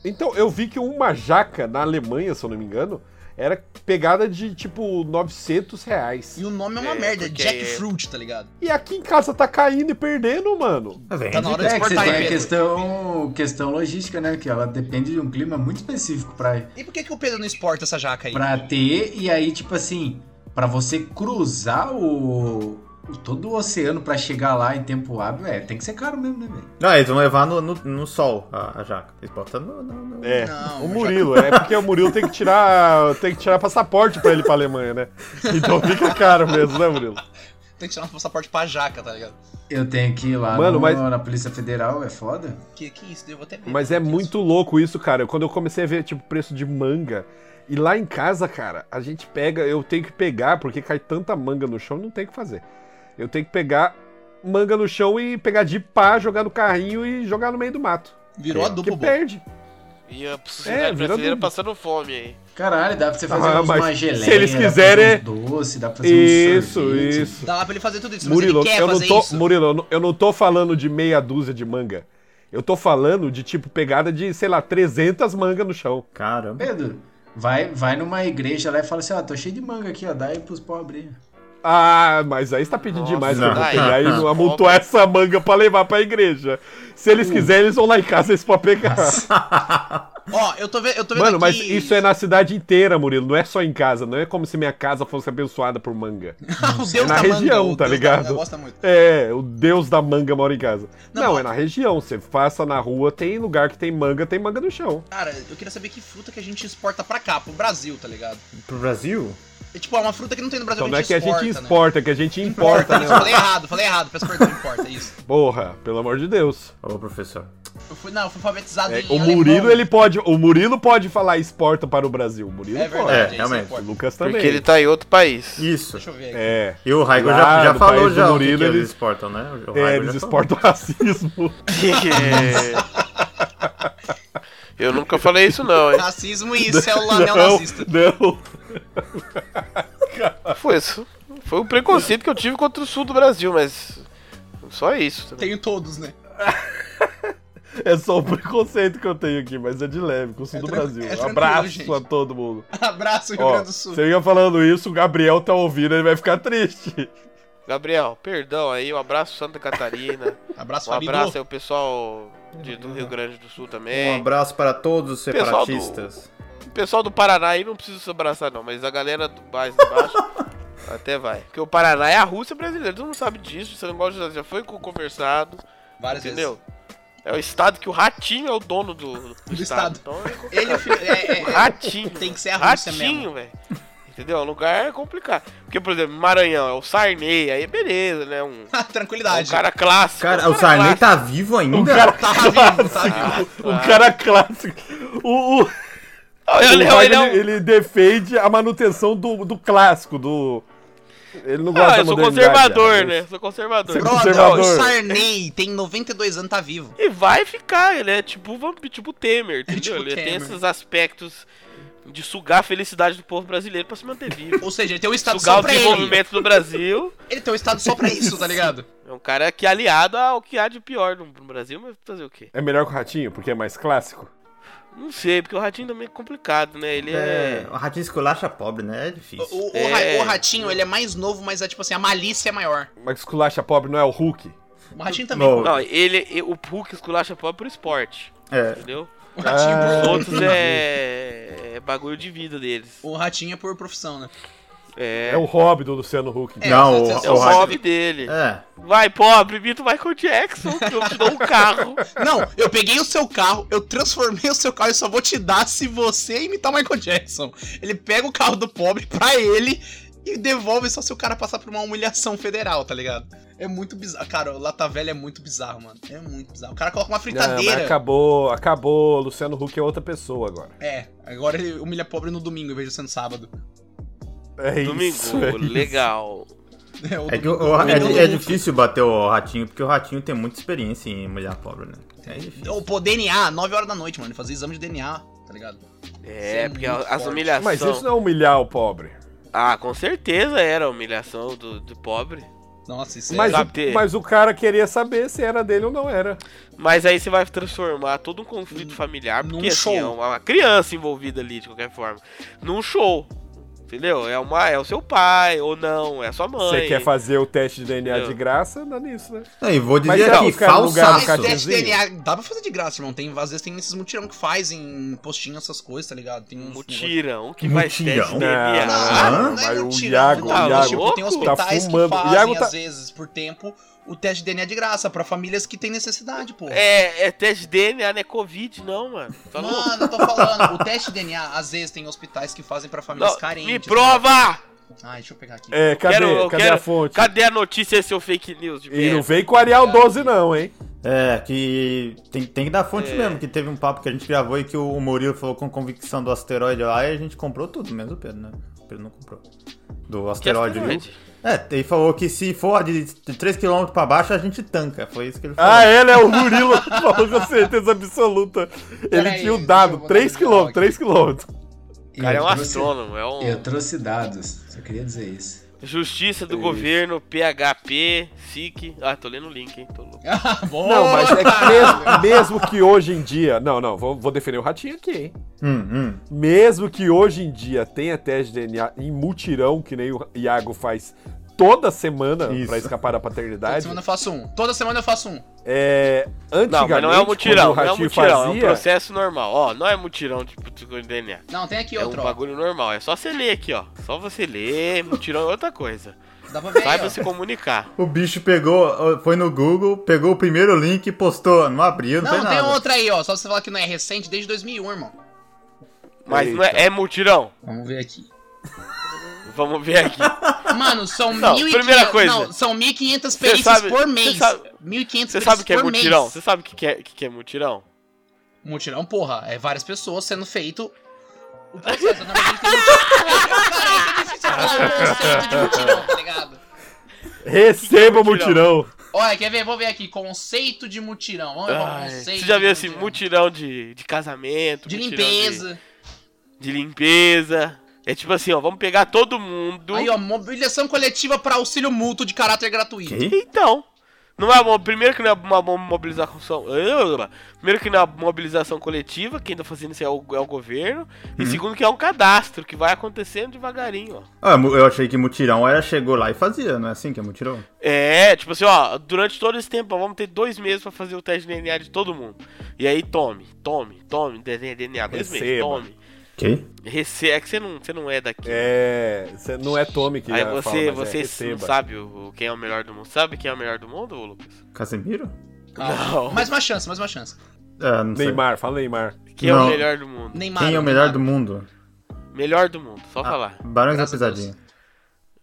Então, eu vi que uma jaca na Alemanha, se eu não me engano, era pegada de, tipo, 900 reais.
E o nome é uma
É,
merda. É
porque-
Jackfruit, tá ligado?
E aqui em casa tá caindo e perdendo, mano.
Ah, Vende,
Tá na hora de
É que você
exportar, hein,
tem a
Pedro?
questão, questão logística, né? Que ela depende de um clima muito específico pra,
E por que, que o Pedro não exporta essa jaca aí?
pra ter. E aí, tipo assim, pra você cruzar o, o- todo o oceano pra chegar lá em tempo hábil, é, tem que ser caro mesmo, né, velho?
Não, eles vão levar no, no, no sol a, a jaca. Eles botam no. no, no-
É,
Não,
o
jaca-
Murilo, é porque o Murilo tem que tirar, tem que tirar passaporte pra ele ir pra Alemanha, né? Então fica caro mesmo, né, Murilo?
Tem que tirar um passaporte pra jaca, tá ligado?
Eu tenho que ir lá
Mano,
no-
mas-
na Polícia Federal, é foda?
Que, que isso? Eu vou até ver.
Mas é
Que
muito louco isso, cara. Quando eu comecei a ver, tipo, preço de manga. E lá em casa, cara, a gente pega. Eu tenho que pegar, porque cai tanta manga no chão, não tem o que fazer. Eu tenho que pegar manga no chão e pegar de pá, jogar no carrinho e jogar no meio do mato.
isso. Virou a
que
dupla boa.
perde.
E a sociedade
É, virou
brasileira
tudo.
passando fome aí.
Caralho, dá pra você fazer
Ah,
uns,
mas
uma
se
geleia,
eles
dá pra
quiserem-
fazer uns doce, dá pra fazer um
Isso,
sorvete.
isso.
Dá pra ele fazer tudo isso,
Murilo,
mas ele quer
eu não
fazer
tô,
isso.
Murilo, eu não- eu não tô falando de meia dúzia de manga. Eu tô falando de, tipo, pegada de, sei lá, 300 mangas no chão.
Caramba.
Pedro, vai, vai numa igreja lá e fala assim, ó, tô cheio de manga aqui, ó, dá aí pros pobres.
Ah, mas aí você tá pedindo
Nossa,
demais pra
não.
eu pegar
Aí,
e
não.
não amontoar essa manga pra levar pra igreja. Se eles quiserem, eles vão lá em casa eles podem pegar.
Ó, eu tô, ve eu tô Tá vendo
Mano, mas
aqui...
isso é na cidade inteira, Murilo. Não é só em casa. Não é como se minha casa fosse abençoada por manga.
[laughs] o Deus
é na
da manga,
região, tá
o Deus da
ligado?
manga, gosta muito.
É, o deus da manga mora em casa.
Não,
Não,
mas-
é na região. Você passa na rua, tem lugar que tem manga, tem manga no chão.
Cara, eu queria saber que fruta que a gente exporta pra cá, pro Brasil, tá ligado?
Pro Brasil?
É, tipo, é uma fruta que não tem no Brasil,
Então não é que a gente
né?
exporta, é que a gente importa, né?
Isso, falei errado, falei errado, pra exportar não importa, é isso.
Porra, pelo amor de Deus.
Ô, professor.
Eu fui, não, eu fui alfabetizado
É,
em
o
alemão.
Murilo, ele pode. O Murilo pode falar exporta para o Brasil. O Murilo
É
pode.
verdade, é, isso
realmente.
que importa.
O Lucas também.
Porque ele tá em outro país.
Isso.
Deixa eu ver aqui.
É.
E o Raigo
Lá
já, já
do
falou
país do
já o que,
Murilo,
que eles
eles-
exportam, né? O
É,
Raigo já
eles
falou.
exportam [laughs] racismo.
[laughs] Eu nunca falei isso não, hein?
Racismo e
[laughs]
célula
É um
neonazista.
É. não.
Foi isso. Foi um preconceito que eu tive contra o sul do Brasil, mas. Só isso. também.
Tenho todos, né? [laughs]
É só o preconceito que eu tenho aqui, mas é de leve, com o sul
É
do
tranquilo,
Brasil.
é tranquilo,
Abraço
gente.
a todo mundo.
Abraço, Rio
Ó,
Grande do Sul.
se eu ia falando isso, o Gabriel tá ouvindo, ele vai ficar triste.
Gabriel, perdão aí, um abraço Santa Catarina.
Abraço,
Um
Fabiano.
abraço aí o pessoal de- do Rio Grande do Sul
Um
É.
também.
abraço para todos os
Pessoal do-
separatistas.
O pessoal do Paraná aí não precisa se abraçar, não, mas a galera do mais de baixo até vai. Porque o Paraná é a Rússia brasileira, todo mundo sabe disso, você não gosta já foi co- conversado,
Várias
entendeu? É o estado que o ratinho é o dono do, do, estado.
estado.
Então é complicado.
vezes. Ele é o filho- é,
[laughs]
é, [laughs] é,
Ratinho.
Tem que ser a Rússia
Ratinho, velho. Entendeu? O lugar é complicado. Porque, por exemplo, Maranhão é o Sarney, aí beleza, né? Um, é um
Tranquilidade.
cara clássico.
Cara,
um
o Sarney tá vivo
um
ainda?
Tá
[laughs]
vivo,
[laughs]
tá vivo.
O cara clássico. O, o,
Ah,
o
[laughs] Ele, ele,
Wagner,
ele é um-
ele defende a manutenção do, do clássico, do. Ele não gosta
Ah, eu
da
sou
modernidade,
conservador,
cara.
né? Sou conservador.
Você é
Brother,
conservador.
o Sarney tem 92 anos, tá vivo.
E vai ficar, ele é um tipo, o vamp- tipo o Temer, entendeu?
[laughs] tipo o
ele tem
Temer.
esses aspectos de sugar a felicidade do povo brasileiro pra se
[laughs]
manter vivo.
Ou seja, ele tem um estado
sugar
só
o
pra ele.
desenvolvimento do Brasil.
Ele tem um estado só pra isso, tá ligado?
É um cara que é aliado ao que há de pior no no Brasil, mas fazer o quê?
É melhor que o Ratinho, porque é mais clássico?
Não sei, porque o Ratinho também é complicado, né? Ele é...
É, o ratinho esculacha pobre, né? É difícil.
O, o- o
É.
ra- o ratinho, ele é mais novo, mas é tipo assim, a malícia é maior.
Mas esculacha pobre não é o Hulk?
O ratinho também.
Não.
Não, ele, e- o Hulk esculacha pobre por esporte,
É.
entendeu?
O ratinho,
Ah.
Os
por,
outros é... é bagulho de vida deles.
o ratinho é por profissão, né?
É,
É, o hobby do Luciano Huck.
É,
Não,
só-
o-
é
só-
o
só-
hobby dele.
É.
Vai, pobre, imita o Michael Jackson, que eu te dou um carro.
Não, eu peguei o seu carro, eu transformei o seu carro e só vou te dar se você imitar o Michael Jackson. Ele pega o carro do pobre pra ele e devolve só se o cara passar por uma humilhação federal, tá ligado? É muito bizarro. Cara, o Lata Velha é muito bizarro, mano. É muito bizarro. O cara coloca uma
Não, mas
fritadeira.
acabou, acabou. Luciano Huck é outra pessoa agora.
é, agora ele humilha pobre no domingo em vez de ser no sábado. [laughs]
É [laughs]
Domingo,
isso. é isso.
legal.
É, o
É, que
domingo-
o- o- é-
domingo-
é difícil bater o ratinho, porque o ratinho tem muita experiência em mulher pobre, né? É difícil.
Ou pô, DNA, 9 horas da noite, mano. Fazer exame de DNA, tá ligado?
É,
é
porque
muito
as
forte.
humilhações.
Mas isso não é humilhar o pobre.
Ah, com certeza era a humilhação do, do pobre.
Nossa, isso
Mas
é.
o,
Sabe?
mas o cara queria saber se era dele ou não era.
Mas aí você vai transformar todo um conflito familiar,
num
porque assim,
show.
é uma criança envolvida ali, de qualquer forma, num show. Entendeu? É, uma, é o seu pai, ou não, é a sua mãe.
Você quer fazer o teste de DNA de
Entendeu?
graça? Dá nisso, né?
Não, e vou
Mas
dizer
será
aqui,
que o cara no lugar do
falsaço.
Mas
cachorro-
teste
cachorrozinho.
DNA dá pra fazer de graça, irmão. Tem, às vezes tem esses mutirão que faz em postinho, essas coisas, tá ligado? Tem
um
uns
Mutirão, que vai
Mutirão?
teste de DNA.
Não, não,
Ah, mas
é
o
mutirão,
Iago-
não,
o
mas,
Iago
tipo, tem
tá
hospitais que
fumando. O
fazem,
Iago tá-
às vezes, por tempo, o teste de DNA de graça pra famílias que têm necessidade, pô.
É, é teste de DNA, não é Covid, não, mano. Tá louco?
Mano, eu tô falando, o teste de DNA, às vezes, tem hospitais que fazem pra famílias
Não,
carentes. tá
me prova!
Ai, deixa eu pegar aqui.
É, cadê?
Quero- eu
cadê
quero-
a fonte?
Cadê a notícia é seu fake news de
E não
merda?
vem com Arial 12, não, hein?
É, que tem, tem que dar fonte
É.
mesmo, que teve um papo que a gente gravou e que o Murilo falou com convicção do asteroide lá e a gente comprou tudo, menos o Pedro, né? O Pedro não comprou. Do
Que
asteroide, viu?
asteroide?
É, ele falou que se for de 3km pra baixo, a gente tanca. Foi isso que ele falou.
Ah, ele é o Murilo, [laughs] falou com certeza absoluta. Ele
Peraí,
tinha o
deixa eu
dado,
botar
3km,
aqui.
3km.
O cara é um
Eu trouxe-
astrônomo, é um.
Eu trouxe dados, só queria dizer isso.
Justiça do
Isso.
governo, PHP, SIC. Ah, tô lendo o link, hein? Tô louco.
Ah, boa!
Não, mas é [laughs] que mesmo, mesmo que hoje em dia. Não, não, vou, vou defender o ratinho aqui, hein?
Hum, hum.
Mesmo que hoje em dia tenha teste de DNA em mutirão, que nem o Iago faz toda semana
Isso.
pra escapar da
Toda
paternidade.
semana eu faço um. Toda semana eu faço um.
É,
Não,
antigamente,
mas não é um mutirão,
quando
não
o
é um
ratinho
mutirão, é um
fazia.
processo normal. Ó, não é mutirão tipo de DNA.
Não, tem aqui
É um
outro, ó.
bagulho normal, é só você ler aqui, ó. Só você ler, mutirão é outra coisa.
Dá pra ver aí,
Saiba
ó.
se comunicar.
O bicho pegou, foi no Google, pegou o primeiro link e postou. Não abriu, não,
Não,
fez
tem
nada.
outra aí, ó. Só você falar que não é recente, desde 2001, irmão.
Mas não é, é mutirão.
Vamos ver aqui.
Vamos ver
[laughs]
aqui.
Mano, são
Não,
1.500
primeira coisa.
Não, são 1.500
Cê
perícias
sabe-
por
cê
mês.
sabe-
1.500
Você sabe o que é
perícias por
mutirão?
mês.
Você sabe o que que é, que que é mutirão?
Mutirão, porra. É várias pessoas sendo feito.
[laughs]
O processo normalmente tem mutirão. Cara, é difícil falar o conceito de mutirão, tá
[laughs]
ligado?
Receba o
mutirão?
mutirão.
Olha, quer ver? Vou ver aqui. Conceito de mutirão. Vamos ver qual é
Ai,
o
você
conceito.
já viu
de
assim, mutirão de, de casamento,
De
mutirão de-
limpeza.
de limpeza. É tipo assim, ó, vamos pegar todo mundo.
Aí, ó, mobilização coletiva pra auxílio mútuo de caráter gratuito.
Que?
[laughs] Então, não é uma, primeiro que não é uma mo- mobilização, primeiro que não é uma mobilização coletiva, quem tá fazendo isso é o, é o governo,
Uhum.
e segundo que é um cadastro que vai acontecendo devagarinho, ó.
Ah, mu- eu achei que mutirão era chegou lá e fazia, não é assim que é mutirão?
É, tipo assim, ó, durante todo esse tempo, ó, vamos ter dois meses pra fazer o teste de DNA de todo mundo. E aí tome, tome, tome, DNA, dois meses,
Receba.
tome.
Que?
Rece é que você não, você não é daqui.
É, cê- não é Tommy que
aí
já
você,
fala, mas é,
você não
receba.
sabe o, o- quem é o melhor do mundo. Sabe quem é o melhor do mundo, ô Lucas?
Casemiro?
Ah,
Não.
Mais uma chance, mais uma chance.
É, não sei.
Neymar, fala Neymar.
Quem é o
Não.
melhor do mundo?
Neymar.
Quem é o melhor do mundo?
Melhor do mundo, só falar.
Barões da
Graças a Deus.
Pisadinha.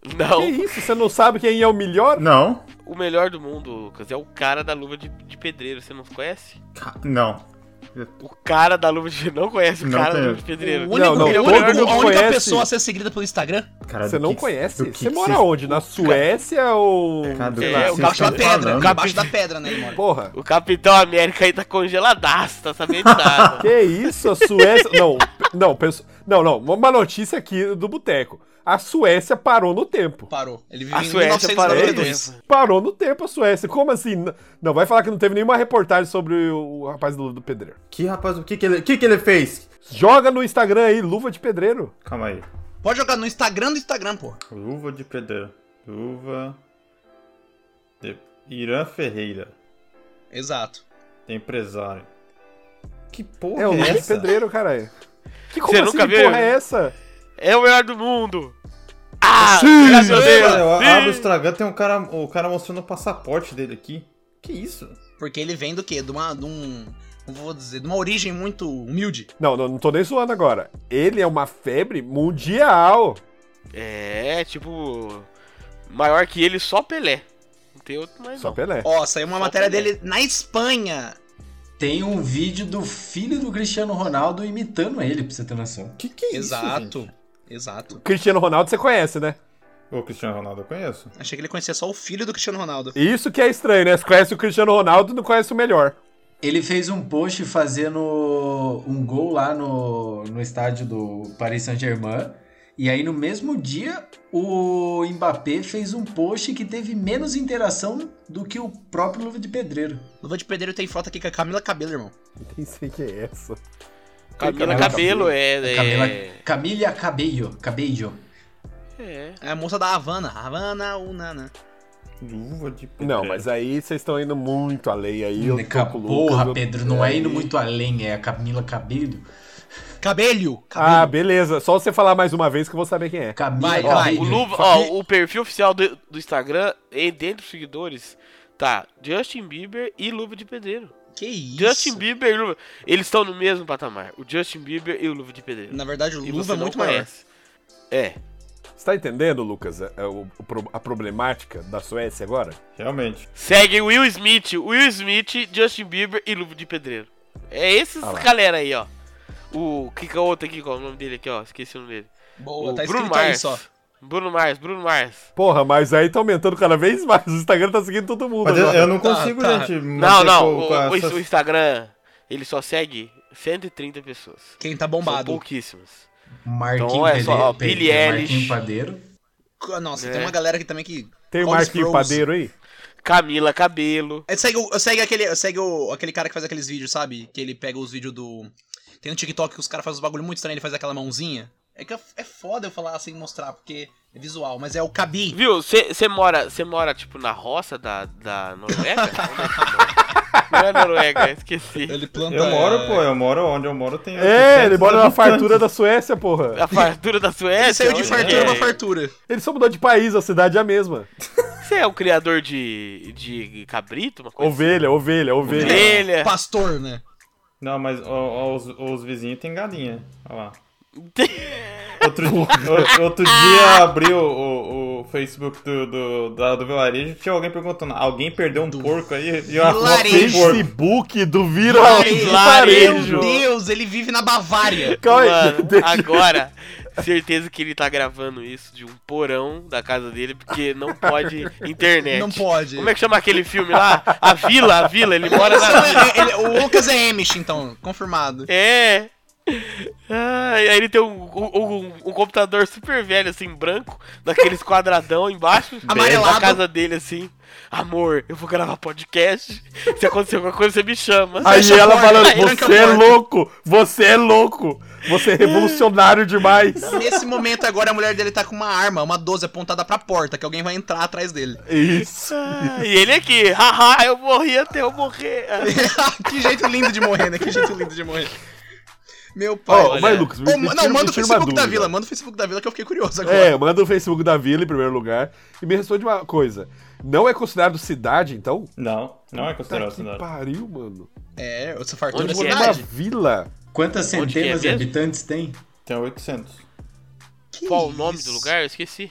Que [laughs]
Não,
isso? Você não sabe quem é o melhor?
Não.
o melhor do mundo, Lucas, é o cara da luva de, de pedreiro, você não conhece?
Ca- Não.
O cara da luva de [laughs] não conhece o
Não
cara da
conheço.
luva de pedreiro.
O único, é
Não, não,
o
todo
único-
mundo
a única
conhece.
pessoa a ser seguida pelo Instagram?
Cara,
Você
do
não
que que-
conhece?
do que
Você
que
mora
vocês-
onde? Na Suécia ou.
Cara, do
É,
que
o
que vocês
Embaixo da
estão
pedra.
falando?
Embaixo né? da pedra, né, irmão?
Porra.
O Capitão América aí tá congeladaço, tá sabendo de nada.
Que isso? A Suécia. Não, Não, penso... não, não. Uma notícia aqui do Boteco. A Suécia parou no tempo.
Parou. Ele vive [laughs]
A
em
Suécia parou no
1992.
tempo.
Parou no tempo a Suécia. Como assim? N- Não, vai falar que não teve nenhuma reportagem sobre o rapaz do, do pedreiro.
Que rapaz, o que que ele, que que ele fez?
Joga no Instagram aí, luva de pedreiro.
Calma aí.
Pode jogar no Instagram do Instagram, pô.
Luva de pedreiro. Luva. De... Irã Ferreira.
Exato.
Empresário. Que porra
É o
é,
luva de
essa?
pedreiro, caralho. Que como
Você
assim,
nunca
que
viu?
porra é essa?
É o melhor do mundo. Ah, graças a Deus.
Cara, eu
Sim.
abro o Instagram, tem um cara, o cara mostrando o passaporte dele aqui. Que isso?
Porque ele vem do quê? De uma. De um. Como eu vou dizer? De uma origem muito humilde.
Não, não, não tô nem zoando agora. Ele é uma febre mundial.
É, tipo. Maior que ele, só Pelé. Não tem outro mais.
Só
não.
Pelé.
Ó, saiu uma
Só
matéria
também.
dele na Espanha.
Tem um vídeo do filho do Cristiano Ronaldo imitando ele, pra você ter noção.
Que que é isso?
Exato.
gente?
Exato.
Cristiano Ronaldo você conhece, né?
O Cristiano Ronaldo eu conheço.
Achei que ele conhecia só o filho do Cristiano Ronaldo.
Isso que é estranho, né? Você conhece o Cristiano Ronaldo e não conhece o melhor.
Ele fez um post fazendo um gol lá no, no estádio do Paris Saint-Germain. E aí, no mesmo dia, o Mbappé fez um post que teve menos interação do que o próprio Luva de Pedreiro.
Luva de Pedreiro tem foto aqui com a Camila Cabelo, irmão.
Nem sei quem é essa.
Camila
Camila
Cabelo,
Cabello.
é. é...
Camila, Camila Cabello. Cabello.
É.
É a moça da Havana. Havana Unana.
Luva de pedreiro.
É.
Não, mas aí vocês estão indo muito além aí. Eu
Né, Ca-
tô com o Lucas,
Porra,
eu-
Pedro, não é indo muito além, é a Camila Cabello.
Cabelho!
Ah,
Cabelho.
beleza. Só você falar mais uma vez que eu vou saber quem é.
Camila
Vai,
Cabello.
vai.
O, Luva, ó, o perfil oficial do, do Instagram, e dentro dos seguidores, tá Justin Bieber e Luva de Pedreiro.
que isso?
Justin Bieber e Luva. Eles estão no mesmo patamar. O Justin Bieber e o Luva de Pedreiro.
Na verdade, o
e
Luva é
não
muito maior.
conhece. É.
Você tá entendendo, Lucas, a, o- o pro- a problemática da Suécia agora?
Realmente.
Segue Will Smith, Will Smith, Justin Bieber e Luva de Pedreiro. É esses
Ah lá.
galera aí, ó. O que que é o outro aqui, qual é o nome dele aqui, ó? Esqueci o nome dele.
Boa,
o
tá
Bruno
escrito aí
Mars.
só.
Bruno Mars, Bruno Mars.
Porra, mas aí tá aumentando cada vez mais. O Instagram tá seguindo todo mundo
Mas eu,
agora.
eu não
Tá,
consigo,
tá.
gente.
Não,
manter
não.
com-
O,
com
o-
essas-
o Instagram, ele só segue 130 pessoas.
Quem tá
São
bombado.
pouquíssimas.
Marquinhos
Então é só, ó,
Pede-
Billie Eilish.
Marquinhos Padeiro.
Nossa,
É.
tem uma galera aqui também que.
Tem o
Coles
Marquinho
Frozen.
Padeiro aí?
Camila Cabelo.
Eu segue, o- eu segue, aquele, eu segue o, aquele cara que faz aqueles vídeos, sabe? Que ele pega os vídeos do. Tem no TikTok que os caras fazem os bagulho muito estranho, ele faz aquela mãozinha. É que é é foda eu falar sem mostrar, porque é visual, mas é o Cabi.
Viu, você mora, cê mora, tipo, na roça da, da Noruega? Onde é que mora? Não é Noruega, esqueci.
Ele planta.
Eu
é.
moro, pô, eu moro onde eu moro tem.
É, ele mora na
fartura.
fartura da Suécia, porra.
A fartura da Suécia?
Ele saiu de
onde
fartura
é?
pra fartura.
Ele só mudou de país, a cidade é a mesma.
Você é o criador de, de cabrito, uma coisa
Ovelha, ovelha,
assim?
ovelha.
Ovelha.
Pastor, né?
Não, mas ó, ó, os, os vizinhos tem galinha. Olha
[laughs]
lá.
Tem-
Outro, o- outro
Ah.
dia abriu o, o Facebook do, do, da- do vilarejo tinha alguém perguntando: alguém perdeu um porco aí? E uma foto do
vilarejo.
porco.
Facebook do Vira
É um Vilarejo.
Varejo.
Meu Deus, ele vive na Bavária.
Calma aí,
assim? Mano,
é? [laughs] deixa-
agora, certeza que ele tá gravando isso de um porão da casa dele, porque não pode
[laughs]
internet.
Não pode.
Como é que chama aquele filme lá? A Vila, a Vila, ele mora
Lucas
na Vila.
é- ele- o Lucas é Amish, então, confirmado.
É. Ah, e aí ele tem um, um- um- um computador super velho, assim, branco, daqueles quadradão embaixo,
[laughs] Amarelado.
da casa dele, assim. Amor, eu vou gravar podcast. Se acontecer alguma coisa, você me chama.
Aí
Fecha a
ela
porta,
falando,
arranca a
você é
porta."
louco, você é louco, você é revolucionário demais.
Nesse momento agora a mulher dele tá com uma arma, uma 12 apontada pra porta, que alguém vai entrar atrás dele. [laughs]
Isso.
Ah, e ele aqui, haha, eu morri até eu morrer.
que jeito lindo de morrer, né? Que jeito lindo de morrer. Meu pai.
Ó, mas Lucas, me-
Ô,
me
ma-
tira-
não,
me
manda o
tira uma
Facebook da
dúvida.
Vila, manda o Facebook da Vila que eu fiquei curioso agora.
É, manda o Facebook da Vila em primeiro lugar e me responde uma coisa. Não é considerado cidade, então?
Não, não é
Tá
considerado
que
cidade.
pariu, mano.
É, eu sou fartura
Onde
de
Ele
que é?
morou numa
cidade.
vila.
Quantas
Onde que é
centenas de
mesmo?
habitantes tem?
Tem 800.
Que
Qual o nome
isso?
do lugar? Eu esqueci.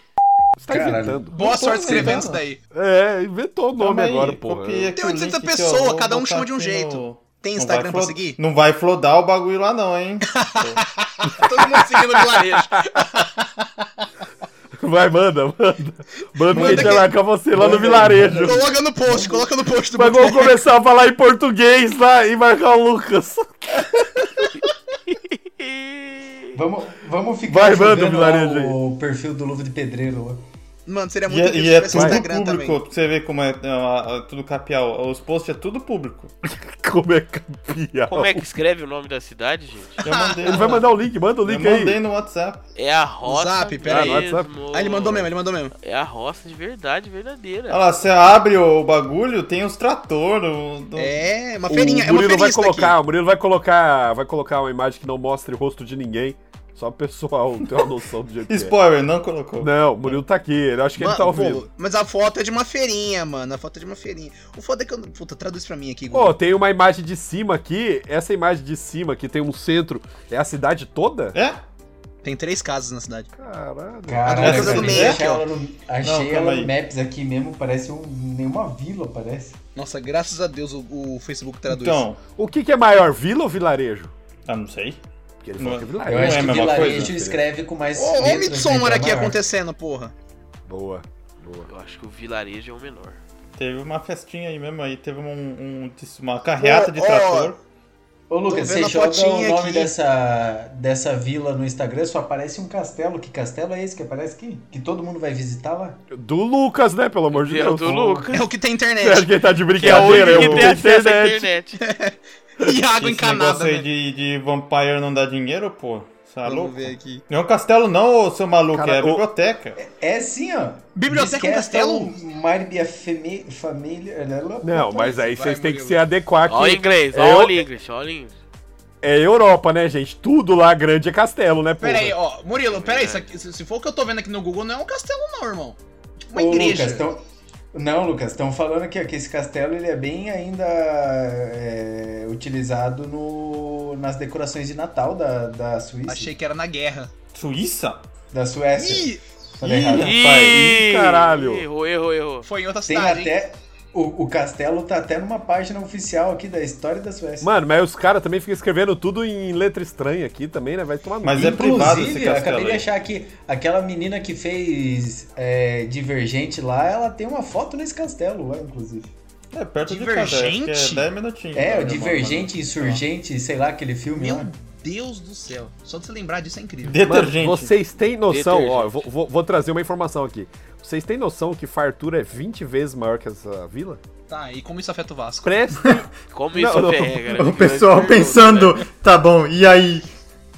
Você tá
Caralho.
inventando.
Boa
Não tô
sorte escrevendo
lembrando.
isso daí.
É, inventou o nome
Calma aí,
agora, porra.
copia aqui
Tem
o
800
link que eu
pessoas,
vou
cada um
botar
chama de um
aqui
jeito. Tem
Não
Instagram
vai
pra
flo-
seguir?
Não vai flodar o bagulho lá não, hein?
[laughs] Tá Todo mundo seguindo o vilarejo.
[laughs] Vai, manda, manda. Manda que a gente vai
que-
marcar você lá no
Manda.
vilarejo.
coloca no post, coloca no post do
Mas vamos
Boteco.
começar a falar em português lá e marcar o Lucas.
Ih.
Vamos, vamos
Vai, manda
ficar
o
jogando lá
vilarejo aí.
o perfil do Luva de Pedreiro. lá.
Mano, seria
E,
muito
é-
incrível
e
se
é
tivesse
tudo
Instagram
público,
também.
pra você vê como é, é, uma- é tudo capial. Os posts é tudo público.
Como é campeão?
Como é que escreve o nome da cidade, gente?
[laughs]
Eu mandei,
Ele vai mandar o link, manda o
eu
link
mandei
aí.
no WhatsApp.
É a roça.
Zap, pera
aí. Ah, no
mesmo.
Ah, ele mandou mesmo, ele mandou mesmo.
É a roça de verdade, verdadeira.
Olha lá, você abre o bagulho, tem os trator. No, no-
É, uma feirinha, é
Então, O
uma
Murilo vai
feirista
colocar,
aqui.
o Murilo vai colocar, vai colocar uma imagem que não mostre o rosto de ninguém. Só o pessoal [laughs] ter uma noção do jeito que é.
Spoiler, não colocou.
Não, o Murilo tá aqui, ele acho que ele
Mano,
tá ouvindo.
pô, mas a foto é de uma feirinha, mano. A foto é de uma feirinha. O foda é que eu. Puta, traduz pra mim aqui,
Pô,
Google.
tem uma imagem de cima aqui, essa imagem de cima que tem um centro, é a cidade toda?
É?
Tem três casas na cidade.
Caralho.
Caralho,
Lucas
eu
do
nem
meio
achei
aqui, ó.
ela no,
Não,
achei
calma
ela
aí.
no Maps aqui mesmo, parece um, nenhuma vila, parece.
Nossa, graças a Deus o, o Facebook traduz.
Então,
O que, que é maior, vila ou vilarejo?
ah, não sei.
Porque ele
Não.
falou que é
Eu
vilarejo.
é
acho
a
que
mesma
vilarejo
coisa?
escreve com mais.
Ô, ô
letras,
Midsommar
né,
aqui
que é maior.
acontecendo,
[laughs]
porra.
Boa, boa.
Eu acho que o vilarejo é o menor.
Teve uma festinha aí mesmo, aí teve um, um- uma carreata de
Ó, ó.
trator.
Ô,
Tô
Lucas,
vendo
você
a
joga o
fotinha
nome
aqui.
dessa, dessa vila no Instagram, só aparece um castelo. Que castelo é esse que aparece aqui? Que todo mundo vai visitar lá?
Do Lucas, né, pelo amor de
É o
Deus.
do Lucas.
É o que tem
Você acha
internet.
que ele tá de
Que é o
brincadeira?
único
Eu
que tem
tenho
acesso à
internet.
internet.
E água
Esse negócio
encanada,
aí
né?
de, de Vampire não dá dinheiro, pô. Você é
Vamos
louco?
ver aqui.
Não é um castelo não, ô, seu maluco,
Cara,
é a
o-
biblioteca.
É sim, ó.
Biblioteca
Diz que
um
essa é
castelo?
o Marbia Femi- Família. né,
Não, mas aí
Vai,
vocês têm que
Murilo.
se adequar aqui.
Olha o inglês,
É
olha
eu-
o inglês, olha o inglês.
É Europa, né, gente? Tudo lá grande é castelo, né, pô?
Pera aí, ó. Murilo, pera aí. isso aqui- Se se for o que eu tô vendo aqui no Google, não é um castelo, não, irmão. É Tipo uma
Ô,
igreja.
então
Lucas, tão- Não, Lucas, estão falando aqui ó, que esse castelo ele é bem ainda é, utilizado no... nas decorações de Natal da, da Suíça,
Achei que era na guerra.
Suíça?
da Suécia.
Ih,
Falei errado.
Ih, rapaz,
ih, caralho.
Errou, errou, errou.
foi em outra
Tem
cidade. hein?
até. O, o castelo tá até numa página oficial aqui da história da Suécia.
Mano, mas os caras também ficam escrevendo tudo em letra estranha aqui também, né? Vai tomar no
Mas
cu.
é privado esse
Inclusive, eu
castelo
acabei de
aí.
achar que aquela menina que fez é, Divergente lá, ela tem uma foto nesse castelo lá, inclusive.
É perto de casa, acho
Divergente?
que é 10 minutinhos.
É,
Tá,
o
meu
Divergente, Insurgente, sei lá, aquele filme
Meu
lá.
Deus do céu. Só de você lembrar disso é incrível.
mano.
Mano,
Detergente.
vocês têm noção, ó,
Detergente.
eu vou, vou- vou trazer uma informação aqui. Vocês têm noção que fartura é 20 vezes maior que essa vila?
Tá, e como isso afeta o
É
Vasco?
Prestem
Como
Não,
isso
não.
é regra?
O pessoal pensando, tá bom, e aí?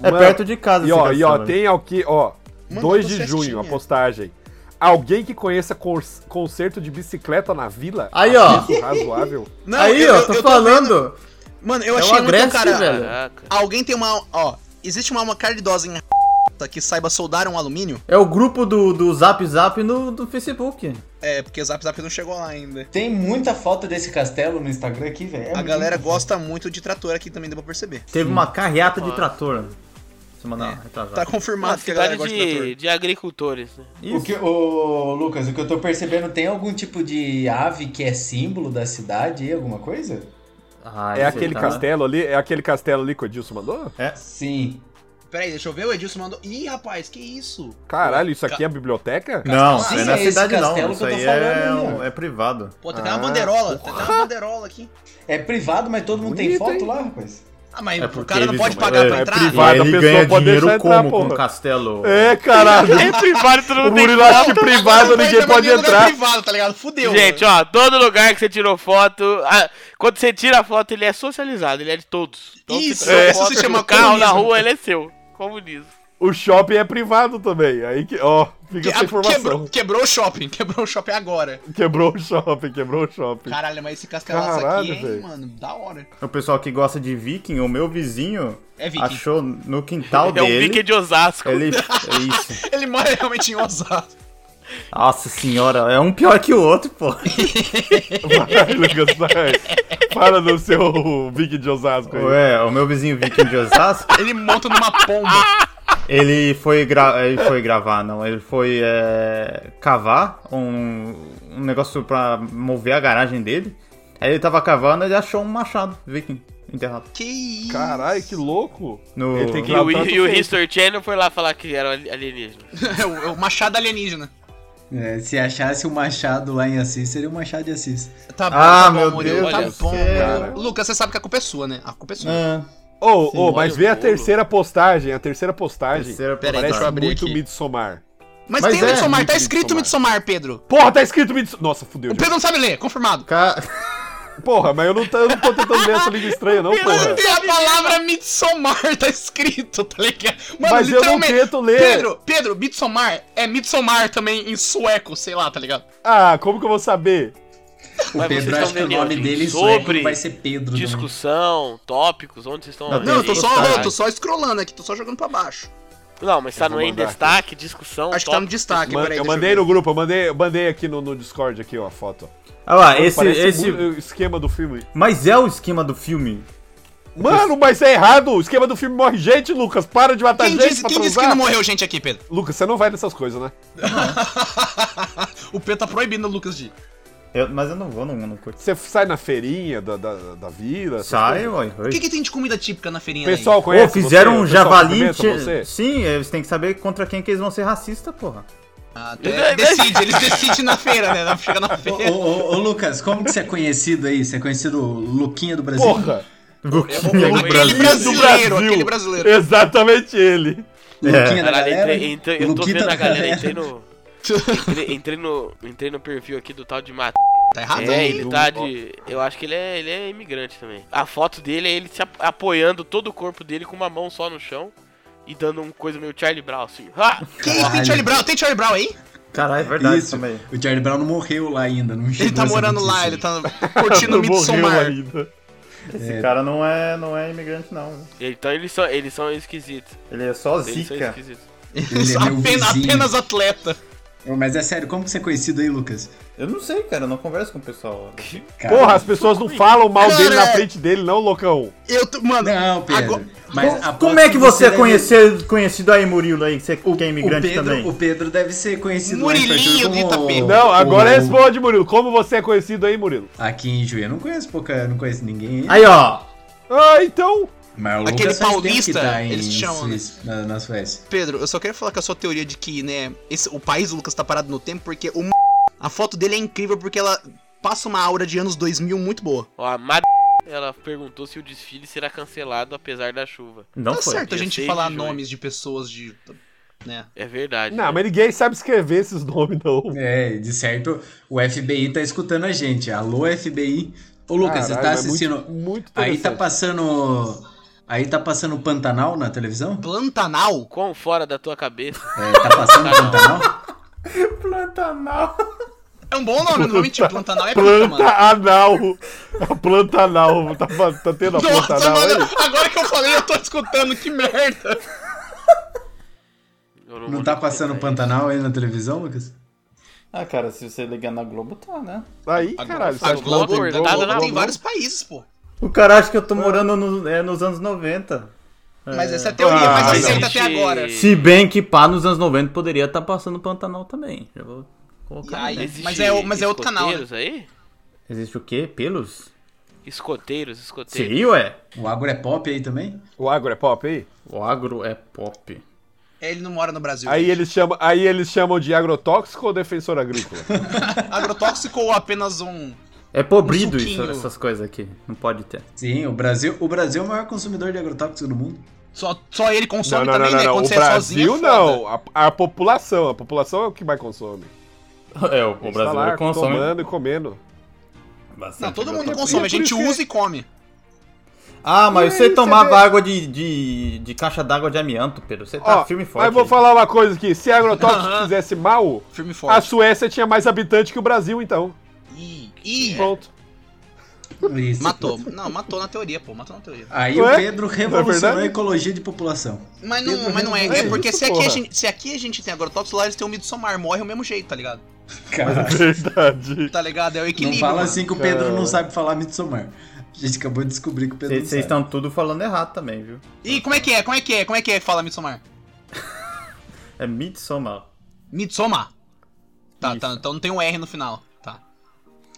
É
Mano,
perto de casa
E
esse
ó, e ó,
castelo.
tem aqui, ó,
Manda
2
uma
de
festinha.
junho, a postagem. Alguém que conheça cor- concerto de bicicleta na vila?
Aí, ó.
Preço razoável.
Não,
aí,
eu-
ó,
eu-
tô
eu vendo-
falando.
Mano, eu
É
achei
uma
muito,
Grécia,
cara.
velho.
Caraca.
Alguém tem uma. Ó, existe uma alma cara idosa em que saiba soldar um alumínio?
É o grupo do, do Zap Zap no, do Facebook.
É, porque o Zap Zap não chegou lá ainda.
Tem muita foto desse castelo no Instagram aqui, velho. É
A galera
muita
gosta muito de trator aqui também, deu pra perceber.
Teve uma carreata
Ó.
de trator. né? Semana retrasada.
Tá
Uma
confirmado que a galera
cidade
gosta de
de,
trator.
de agricultores, né?
foto. O que, ô, Lucas, o que eu tô percebendo, tem algum tipo de ave que é símbolo da cidade aí, alguma coisa?
É
Ah, isso aí
aquele
tá-
castelo ali, é aquele castelo ali que o Edilson mandou?
Sim.
Pera aí, deixa eu ver, o Edilson mandou. Ih, rapaz, que isso?
Caralho, isso aqui é a biblioteca?
Não,
Sim,
não é na
é esse
cidade
castelo
não.
que
Isso
eu tô
aí
falando aí,
é, um-
ó.
é privado.
Pô, tem até uma
Ah,
banderola, tem até uma banderola aqui.
É privado, mas todo mundo tem
Bonito,
foto
hein?
lá, rapaz.
Ah, mas
É
o
porque
cara não
eles-
pode
é-
pagar pra
é
entrar?
privado. Privada,
e
a
ele
pessoa
ganha
pode
dinheiro
deixar entrar,
como com
porra.
o castelo?
É, caralho.
É privado, todo
O
mundo tem
Murilo acha que
foto.
É privado ninguém pode
Lugar
entrar.
privado, tá ligado? Fudeu.
Gente,
mano.
ó, todo lugar que você tirou foto, a- quando você tira a foto, ele é socializado, ele é de todos. Então, você
Isso, é.
tirou
isso
foto
se chama
no carro na
comunismo.
rua, ele é seu. Comunismo.
O shopping é privado também. Aí que, ó, fica
Que-
essa informação.
É, quebrou, quebrou o shopping, [laughs] quebrou o shopping agora.
Quebrou o shopping, quebrou o shopping.
Caralho, mas esse castelaço
Caralho,
aqui, hein,
velho.
mano, da hora.
O pessoal que gosta de viking, o meu vizinho,
É viking.
achou
[laughs]
no quintal
é um pique
dele.
de Osasco.
Ele... É isso.
[laughs] Ele mora realmente em Osasco.
Nossa senhora, é um pior que o outro, pô.
Vai, Lucas, vai. Para no seu Big de Osasco aí.
é,
Ué, o meu vizinho viking de Osasco,
[laughs] Ele monta numa pomba.
ele foi, gra... ele foi gravar, não. Ele foi é, cavar um... um negócio pra mover a garagem dele. Aí ele tava cavando e ele achou um machado viking enterrado.
Que isso?
Caralho, que louco.
No...
Ele tem que-
E o, e o
Tanto
History Channel foi lá falar que era alienígena.
É o, é o machado alienígena.
É, se achasse o machado lá em Assis, seria o machado de Assis.
Tá bom,
Ah,
tá bom,
meu
Murilo,
Deus
tá
do
bom.
céu.
Murilo. Lucas, você sabe que a culpa é sua, né? A culpa é sua.
Ah,
Ô,
Sim.
ô, mas
Olha o
vê a
bolo.
terceira postagem. A terceira postagem
Terceira
Pera aí,
parece
deixa eu abrir
muito
aqui.
Midsommar.
Mas,
Mas
tem
é,
o Midsommar, tá
muito
escrito Midsommar, Pedro.
Porra, tá escrito Midsommar. Nossa, fudeu.
O
gente.
Pedro não sabe ler, confirmado.
Ca-
Porra, mas eu não, tô, eu não tô tentando ler essa língua estranha, não, porra.
Mano, tem a palavra Midsommar, tá escrito, tá ligado? Mano,
Mas eu não tento ler.
Pedro, Pedro, Midsommar é Midsommar também em sueco, sei lá, tá ligado?
Ah, como que eu vou saber?
Mas
O Pedro
vocês
acha
tão
que o
vendo
nome
onde?
dele em
Sobre
sueco vai ser Pedro. né? também.
Discussão, tópicos, onde vocês estão.
Não,
Não, eu tô só,
Caralho.
eu tô só scrollando aqui, tô só jogando pra baixo.
Não, mas tá
Eu vou
no em
mandar
destaque, discussão.
Acho que tá no
tópicos.
destaque,
Man-
peraí.
eu
deixa
mandei
ver.
no grupo, eu mandei, eu mandei aqui no, no Discord aqui, ó, a foto.
Olha lá, Ah, esse,
um
Parece
esse...
mu- o esquema do filme.
Mas é o esquema do filme.
Mano, mas é errado! O esquema do filme morre gente, Lucas! Para de matar
Quem
gente
disse,
pra
quem disse
transar!
que não morreu gente aqui, Pedro?
Lucas, você não vai nessas coisas, né?
[laughs] o Pedro tá proibindo o Lucas de ir.
Eu- mas eu não vou, não, não curto.
Você sai na feirinha da, da, da vila. essas
Sai,
coisas.
ué.
O que,
oi.
que tem de comida típica na feirinha aí?
Pessoal,
Pô,
conhece
fizeram um
você? Pessoal,
javali.
cumprimenta
Te...
você?
Sim, eles têm que saber contra quem que eles vão ser racistas, porra.
Ah, tá, é, decide, eles decidem na feira, né? Chega [laughs] na
Ô,
feira.
ô, ô, ô, Lucas, como que você é conhecido aí? Você é conhecido o Luquinha do Brasil?
Porra!
eu-
Luquinha do
eu-
Aquele
do
Do
brasileiro,
Brasil.
aquele brasileiro.
Exatamente ele!
Luquinha da
Caralho,
né, galera?
entrei, entrei- eu tô
Luquita tá
vendo
da
a galera,
galera.
entrei no. Entrei, entrei no. Entrei no perfil aqui do tal de Mat.
Tá errado,
é,
hein?
ele tá de. Eu acho que ele é, ele é imigrante também. A foto dele é ele se ap- apoiando todo o corpo dele com uma mão só no chão e dando uma coisa meio Charlie Brown, assim. Ha!
Quem tem
Caralho.
Charlie Brown? Tem Charlie Brown aí?
Caralho, é verdade
Isso.
também.
O Charlie Brown não morreu lá ainda. Não
Ele
chegou
tá
essa
morando
notícia
lá,
aí.
ele tá [laughs] curtindo
Não
o
morreu
Midsommar.
ainda.
Esse cara não é, não é imigrante, não.
Então eles são, eles são esquisitos.
Ele é só
Eles são
zica.
esquisitos.
[laughs]
Ele é meu
apenas,
vizinho.
apenas atleta.
Ô, Mas é sério, como que você é conhecido aí, Lucas?
Eu não sei, cara, eu não converso com o pessoal.
Cara,
Porra, as pessoas não falam mal dele na
Cara, é-
frente dele, não, loucão!
Eu tô, mano,
Não, Pedro.
Agora-
mas aposto
Como é que você é
deve-
conhecido, conhecido aí, Murilo, aí, que você que é
O
imigrante também?
Pedro, o Pedro deve ser conhecido lá em
Murilinho
Itapema
de
como-
Itapema.
Não, agora
como-
responde, Murilo. Como você é conhecido aí, Murilo?
Aqui em Juiz, eu não conheço pouca, não conheço ninguém.
Aí, ó.
Ah, então.
Mas o
Aquele
Lucas faz tempo
paulista,
que tá em
eles chamam, né?
Suíça- na, na Suécia.
Pedro, eu só queria falar com a sua teoria de que, né, esse- o país do Lucas tá parado no tempo porque o m- a foto dele é incrível porque ela passa uma aura de anos 2000 muito boa.
Ó, a Mad... Ela perguntou se o desfile será cancelado apesar da chuva.
Não
tá
foi.
certo a
Dia
gente
seis
falar
de junho.
nomes de pessoas de, né?
É verdade.
Não,
né?
mas ninguém sabe escrever esses nomes, não.
É, de certo, o FBI tá escutando a gente. Alô, FBI. Ô, Lucas, você tá
Caralho, mas
assistindo.
Muito, muito
aí tá
interessante.
passando. Aí tá passando Pantanal na televisão?
Plantanal?
Quão fora da tua cabeça.
É, tá passando Pantanal?
Plantanal.
É um bom nome, não vou mentir. Plantanal é pica,
Planta
mano.
anal. A planta anal. Tá, tá tendo a planta é
Nossa,
anal
mano,
aí?
agora que eu falei, eu tô escutando, que merda.
Eu
[laughs] Não tá passando Pantanal aí na televisão, Lucas?
Ah, cara, se você ligar na Globo, tá, né?
Aí, caralho.
a
você-
Globo,
Globo,
a
Globo,
Globo tem
Globo.
vários países, pô.
O cara acha que eu tô morando no- é, nos anos 90.
Mas essa é a teoria,
Ah,
mas
não.
aceita até agora.
Se bem que pá, nos anos 90 poderia estar passando Pantanal também. Já vou colocar.
E aí?
né?
Existe
Mas é o- mas é outro canal, né?
escoteiros aí?
Existe o quê? Pelos?
Escoteiros, escoteiros.
Sim, ué.
O agro é pop aí também?
O agro é pop aí?
O agro é pop.
Ele não mora no Brasil.
Aí eles, chamam, aí eles chamam de agrotóxico ou defensor agrícola?
Agrotóxico ou apenas um.
É pobrido isso,
suquinho.
essas coisas aqui. Não pode ter.
Sim, o Brasil, o Brasil é o maior consumidor de agrotóxico do mundo.
Só, só ele
não,
consome
não, não,
também,
não,
né?
não.
Quando
O
você é sozinho.
Brasil
é foda.
não. A, a população. A população é o que mais consome.
É,
A
o,
gente
brasileiro
tá lá
consome.
tomando e comendo.
bastante
Não, todo
agrotóxico.
mundo
é por
consome, a
isso
gente
que-
usa e come.
Ah,
E
mas
aí,
você
você
tomava
vê-
água de, de, de caixa d'água de amianto, Pedro. Você tá
Ó,
firme e forte.
mas vou
aí.
falar uma coisa aqui. Se agrotóxico
Aham.
fizesse mal,
Firme
a
e forte.
Suécia tinha mais habitante que o Brasil, então.
Ih, ih, [laughs]
Pronto.
Isso.
matou. Não, matou na teoria, pô. Matou na teoria.
Aí
Não
o
é?
Pedro revolucionou a
verdade?
ecologia de população.
Mas não,
Pedro
mas não é.
Renan,
É
é
porque
isso,
se, aqui
porra.
a gente, se aqui a gente tem agrotóxico, lá eles têm um o Midsommar, morre do mesmo jeito, tá ligado?
Cara,
Verdade.
Tá ligado? É o equilíbrio.
não fala
mano.
assim que o Pedro não sabe falar Midsommar. A gente acabou de descobrir que o Pedro
Vocês
não
vocês
sabe.
estão tudo falando errado também, viu?
Ih, como é que é? Como é que é? Como é que é? Fala Midsommar.
É Midsommar.
Midsommar. Tá,
Isso.
tá. Então não tem um R no final. Tá.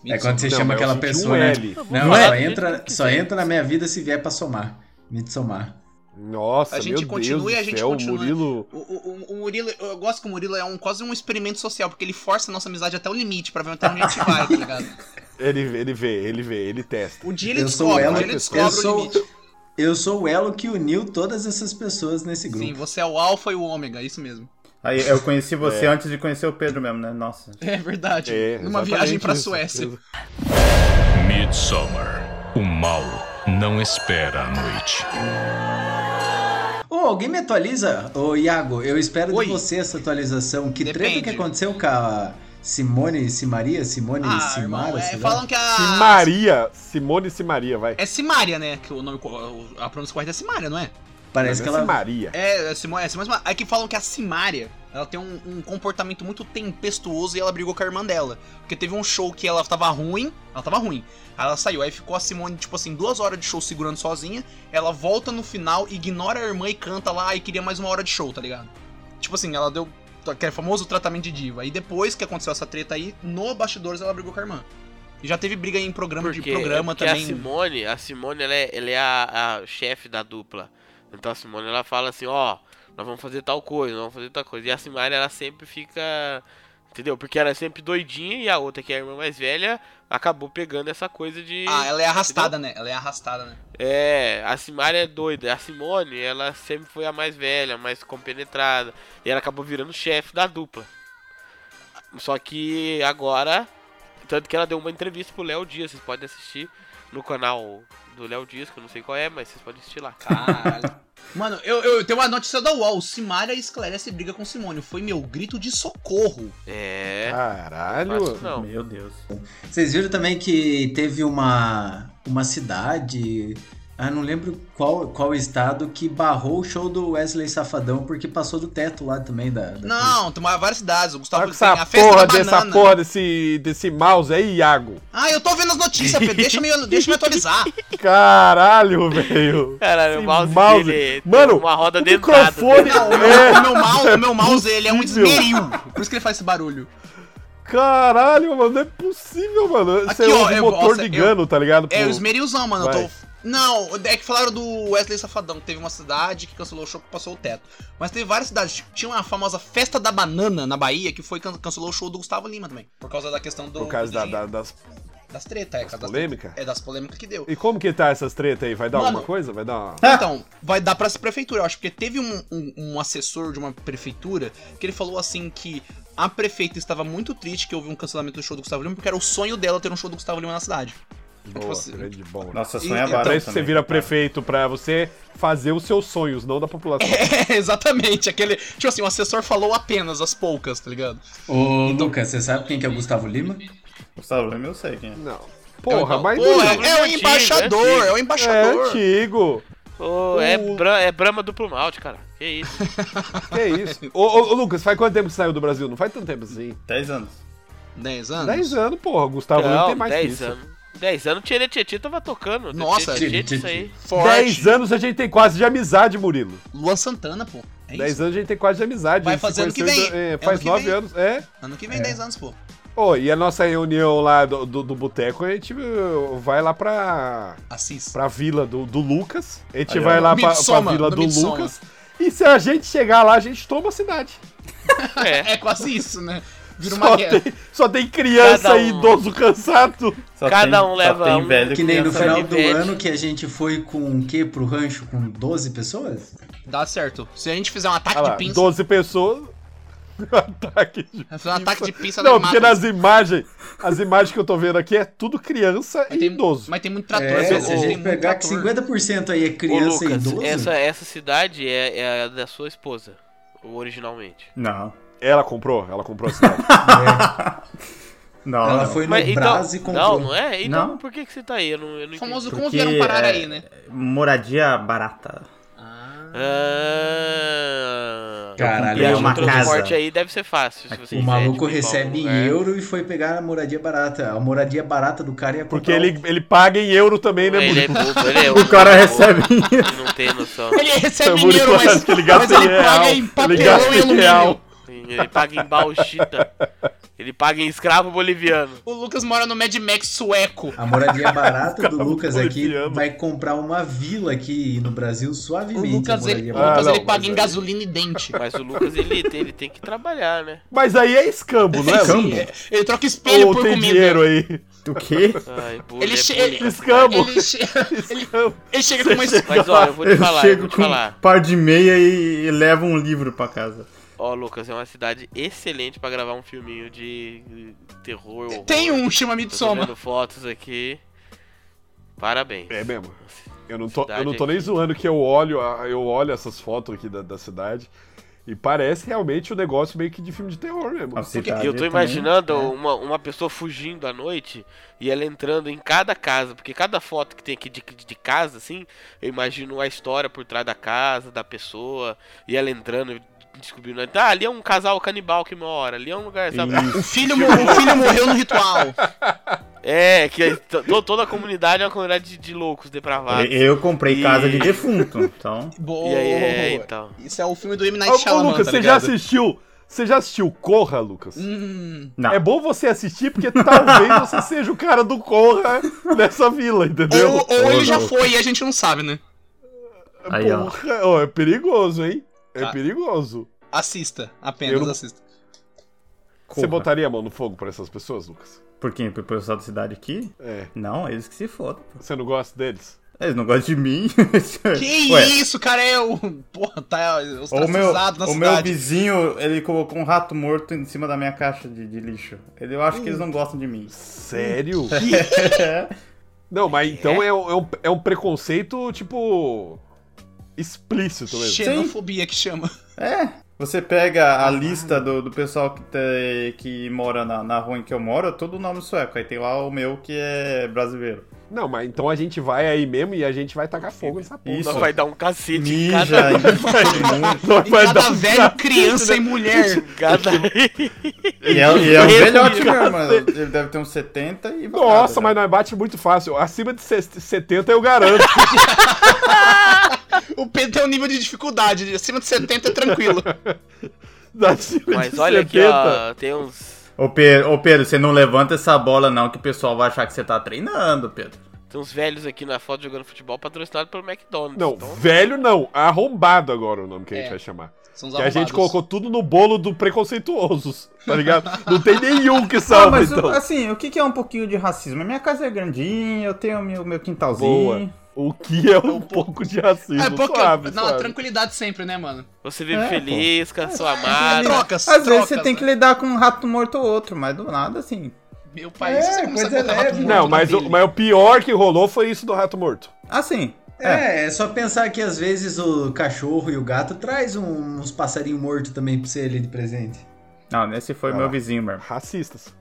É quando você
Não,
chama
mas eu
aquela
senti um
pessoa, né?
L.
Não,
Não é?
só, entra, só entra na minha vida se vier pra somar. Midsommar.
Nossa,
A gente
meu
continua
Deus
e a
do
gente
céu,
continua. né?
Murilo.
O, o- o Murilo, eu gosto que o Murilo é um, quase um experimento social, porque ele força a nossa amizade até o limite pra ver até onde a
[laughs]
gente vai, tá ligado?
Ele, ele vê, ele vê, ele testa.
O dia ele
Eu sou
descobre,
o
o
elo-
dia ele
eu
descobre o
sou-
limite.
Eu sou o elo que uniu todas essas pessoas nesse grupo.
Sim, você é o alfa e o ômega, isso mesmo.
Aí eu conheci [laughs] você antes de conhecer o Pedro mesmo, né? Nossa.
[laughs] É verdade.
É,
Numa
exatamente
viagem pra
isso.
Suécia.
Midsommar. O mal não espera a noite.
Ô, alguém me atualiza? Ô, Iago, eu espero
Oi.
de você essa atualização. Que treta
Depende.
que aconteceu com a Simone, Simaria, Simone,
Ah,
Simara,
irmão, é,
sei lá?
falam que a.
Simaria. Simone Simaria, vai.
É Simária, né? Que o nome, co- a pronúncia correta é Simária, não é?
Parece que ela...
Simaria.
É, é Simone, é Simone. Simária. É que falam que a Simária, ela tem um, um comportamento muito tempestuoso e ela brigou com a irmã dela. Porque teve um show que ela tava ruim, ela tava ruim. Aí ela saiu, aí ficou a Simone, tipo assim, duas horas de show segurando sozinha. Ela volta no final, ignora a irmã e canta lá e queria mais uma hora de show, tá ligado? Tipo assim, ela deu aquele famoso tratamento de diva. E depois que aconteceu essa treta aí, no bastidores ela brigou com a irmã. E já teve briga em programa de
Porque,
programa
é porque
também.
a Simone, a Simone ela é, ela é a, a chefe da dupla. Então a Simone ela fala assim, ó, nós vamos fazer tal coisa, nós vamos fazer tal coisa. E a Simone ela sempre fica, entendeu? Porque ela é sempre doidinha e a outra que é a irmã mais velha acabou pegando essa coisa de
Ah, ela é arrastada, né? Ela é arrastada, né?
É, a Simária é doida. A Simone, ela sempre foi a mais velha, a mais compenetrada. E ela acabou virando chefe da dupla. Só que agora. Tanto que ela deu uma entrevista pro Léo Dias, vocês podem assistir no canal do Léo Dias, que eu não sei qual é, mas vocês podem
[laughs]
assistir lá.
Caralho. [laughs] Mano, eu, eu tenho uma notícia da UOL. Simária esclarece briga com Simone. Foi meu grito de socorro.
É.
Caralho.
fácil não.
Meu Deus.
Vocês viram também que teve uma, uma cidade... Ah, não lembro qual, qual estado que barrou o show do Wesley Safadão porque passou do teto lá também da... da-
Não, tem uma- várias cidades. O Gustavo
Tá com
tem
essa
a festa
porra
da
dessa
banana.
porra desse, desse mouse aí, Iago.
Ah, eu tô vendo as notícias, Pedro. Deixa eu
[laughs]
me, deixa eu me atualizar.
Caralho, [laughs] velho.
Caralho, o
Esse
mouse,
mouse-
dele. tem
Mano,
uma roda
o
dentada.
microfone-
dele.
Não, o
É.
meu, o meu mouse, o meu mouse ele é um
Possível.
esmeril. Por isso que ele faz esse barulho.
[laughs] Caralho, mano, não é possível, mano. Você
Aqui, ó,
usa
eu-
o motor
nossa,
de gano, tá ligado?
É,
Pro-
o esmerilzão, mano. Eu
Vai.
tô... Não, é que falaram do Wesley Safadão. que Teve uma cidade que cancelou o show que passou o teto. Mas teve várias cidades. Tipo, Tinha uma famosa festa da banana na Bahia que foi can- cancelou o show do Gustavo Lima também. Por causa da questão do.
Por causa
do
da-
dinheiro.
da- das
das tretas, é. por causa das
polêmicas.
tretas. É das polêmicas que deu.
E como que tá essas treta aí? Vai dar
Mano-
alguma coisa? Vai dar uma...
Então, vai dar pra prefeitura, eu acho, porque teve um, um- um assessor de uma prefeitura que ele falou assim que a prefeita estava muito triste que houve um cancelamento do show do Gustavo Lima, porque era o sonho dela ter um show do Gustavo Lima na cidade. [laughs]
Boa,
assim,
grande bomba.
Nossa,
E-
sonha
então,
agora.
Pra isso você vira prefeito, pra você fazer os seus sonhos, não da população.
É, exatamente, aquele. Tipo assim, o assessor falou apenas as poucas, tá ligado?
Ô, Lucas, você sabe quem que é o Gustavo Lima?
Gustavo Lima, eu sei quem é.
Não. Porra, mas...
Pô,
não-
um é, é o
Antigo,
embaixador,
antigo.
é o
é
embaixador.
antigo.
Ô, é,
O-
bra é brama duplo malte, cara. Que isso.
Que
é
isso? [laughs] ô, ô, ô, Lucas, faz quanto tempo que saiu do Brasil? Não faz tanto tempo assim.
10 anos.
É
10 anos?
10 anos, porra. O Gustavo não tem
Não,
mais que
10
isso.
anos. 10 anos, Tchê Tietê tava tocando.
Nossa,
Tchê Tchê, isso aí.
Forte.
10 anos a gente tem quase de amizade, Murilo.
Luan Santana, pô. É
10
isso?
anos a gente tem quase de amizade.
Vai
a gente se
fazer ano que
conheceu em
vem.
do- é,
Ano
faz
que
9
vem.
anos. É.
Ano que vem, 10 anos, pô.
Ô, e a nossa reunião lá do, do, do boteco, a gente uh, vai lá pra,
Assis.
pra vila do, do Lucas. A gente
Aí,
vai
ó.
lá pra, pra
Midsommar,
vila
no
do
Midsommar.
Lucas. E se a gente chegar lá, a gente toma a cidade.
É.
É quase isso, né? Vira uma
Só
guerra.
tem, só tem criança
Cada
e
um.
idoso cansado.
Só
Cada
tem-
um leva
só tem
um.
velho
Que nem no
criança.
final do
Ivete.
ano que a gente foi com o quê pro rancho? Com 12 pessoas?
Dá certo. Se a gente fizer um ataque
Olha lá,
de pinça.
12 pessoas. [laughs] Ataque de...
Fazer um ataque de
[laughs]
pinça
Não,
nós
porque
mata.
nas imagens, as imagens que eu tô vendo aqui é tudo criança
Mas
e
tem,
idoso.
mas tem muito trator.
É,
Pedro,
se a
ô,
tem
gente
muito
pegar que
trator.
50% aí é
Ô,
criança e
Lucas,
idoso,
essa,
[laughs]
essa cidade é, é a da sua esposa, originalmente.
Não.
Ela comprou, ela comprou assim, a cidade.
Não.
ela
não.
foi no Brás e
então, não,
comprou.
não é? Então
Não.
por que, que você tá aí? Eu não, eu não
O famoso
Porque,
como vieram parar
é,
aí,
[laughs]
né?
Moradia barata.
entendi. Ah...
Caralho,
comprei
eu
uma
acho que o
casa.
transporte aí deve ser fácil. Se
Aqui.
você
O
quiser,
maluco
tipo, ir pra
recebe
algum
em
lugar.
euro e foi pegar a moradia barata. A moradia barata do cara ia comprar.
Porque
um-
ele, ele paga em euro também, né,
Ele é
Murilo?
bobo, [laughs] ele é
O cara recebe.
Não tem noção.
Ele recebe
Murilo
dinheiro,
acha
mas,
que ele gasta
mas ele
em real,
paga em
ele
papelão
gasta
e
em real.
alumínio.
Sim. Ele paga em bauxita. Ele paga em escravo boliviano.
O Lucas mora no Mad Max sueco.
A moradia barata do Lucas aqui
boliviano.
vai comprar uma vila aqui no Brasil
O
suavemente. a
Lucas,
moradia
ele, o
barata.
Lucas,
não,
ele
mas
paga em
aí-
gasolina e dente.
Mas o Lucas, ele, tem- ele tem que trabalhar, né?
Mas aí é escambo, não é?
Sim,
Lucas?
é. Ele troca espelho
Ou
por
tem
comida.
dinheiro aí?
O
[laughs]
quê?
Ai, bullying,
Ele
é
che-
bullying.
ele-
Escambo. [laughs]
Ele, che- [laughs] ele- ele chega com uma espada.
Mas ó, eu vou te falar, eu
chego
vou te
com
falar.
um par de meia e, e levo um livro pra casa.
Ó, Lucas, é uma cidade excelente pra gravar um filminho de terror. horror.
Tem um, chama
Tô
Mitsoma.
vendo fotos aqui. Parabéns.
É mesmo. Eu não tô,
Cidade
eu não tô nem
aqui.
zoando que eu olho, a- eu olho essas fotos aqui da, da cidade e parece realmente um negócio meio que de filme de terror mesmo.
A cidade
eu tô
também.
imaginando uma, uma pessoa fugindo à noite e ela entrando em cada casa, porque cada foto que tem aqui de, de- de casa, assim, eu imagino a história por trás da casa, da pessoa, e ela entrando e descobrindo. Ah, ali é um casal canibal que mora, ali é um lugar, sabe?
O filho, mo- o filho morreu no ritual.
É, que aí to- to- toda a comunidade é uma comunidade de, de loucos depravados.
É,
Eu eu comprei
E-
casa de defunto, então.
Boa.
E aí, é, então.
Isso é o filme do M.
Ô,
Night
ô,
Shyamalan,
Lucas,
tá
você já
ligado?
assistiu? Você já assistiu Corra, Lucas?
Hum,
Não.
É bom você assistir, porque talvez você seja o cara do Corra nessa vila, entendeu?
ou, ou ele já foi e a gente não sabe, né?
Aí, ó.
Porra, ó, é perigoso, hein? É
Ah.
perigoso.
Assista, apenas
Eu não-
assista.
Você
Corra.
botaria a mão no fogo pra essas pessoas, Lucas?
Por quê? Pro pessoal da cidade aqui?
É.
Não, eles que se fodam. pô.
Você não gosta deles?
Eles não gostam de
[laughs]
mim.
Que
Ué,
isso, cara, é o. [laughs] Porra, tá
O meu,
ostracizado na
o meu
cidade.
vizinho, ele colocou um rato morto em cima da minha caixa de, de lixo. Ele- Eu acho que eles não gostam de mim.
Sério?
[laughs]
É.
Não, mas então é, um- é um, é um preconceito, tipo. explícito mesmo.
Xenofobia que chama.
Você pega a lista do, do pessoal que, te- que mora na, na rua em que eu moro, é todo nome sueco. Aí tem lá o meu que é brasileiro.
Não, mas então a gente vai aí mesmo e a gente vai tacar fogo nessa porra.
Isso.
Nós vai dar um cacete em
Ninja,
cada.
[laughs]
Nós
E
vai
cada
dar um
velho, criança e
[laughs]
mulher.
em cada...
e é, e é um
Meu
velhote
Deus.
mesmo. mano. Ele deve ter uns 70 e vai.
Nossa,
né?
mas nós bate muito fácil. Acima de 70 eu
[laughs]
garanto.
O Pedro tem um nível de dificuldade, de acima de 70 é tranquilo.
Acima
[laughs] Mas
de
olha
70.
aqui, ó, tem uns.
Ô Pedro, ô Pedro, você não levanta essa bola não, que o pessoal vai achar que você tá treinando, Pedro.
Tem uns velhos aqui na foto jogando futebol patrocinado pelo McDonald's.
Não,
então-
velho não. Arrombado agora é o nome que a gente
É.
vai chamar.
São os
Que a gente
arrombados.
colocou tudo no bolo do preconceituosos, tá
[laughs]
ligado? Não tem nenhum que salva,
Ah, mas o-
então.
assim, o que que é um pouquinho de racismo? A minha casa é grandinha, eu tenho o meu, meu quintalzinho.
Boa. O que é um pouco de racismo,
É, porque.
suave,
não,
suave.
tranquilidade sempre, né, mano?
Você vive
É,
feliz com a sua
Ah,
amada.
trocas,
Às vezes
trocas,
você tem
né?
que lidar com um rato morto ou outro, mas do nada assim.
Meu pai, se
É,
você começar a
coisa
botar rato
leve.
morto
Não,
na
mas o,
dele.
mas o pior que rolou foi isso do rato morto.
Assim.
É, é só pensar que às vezes o cachorro e o gato traz um- uns passarinhos mortos também pra você ali de presente.
Não, esse foi
Ah. É.
meu vizinho mesmo.
Racistas.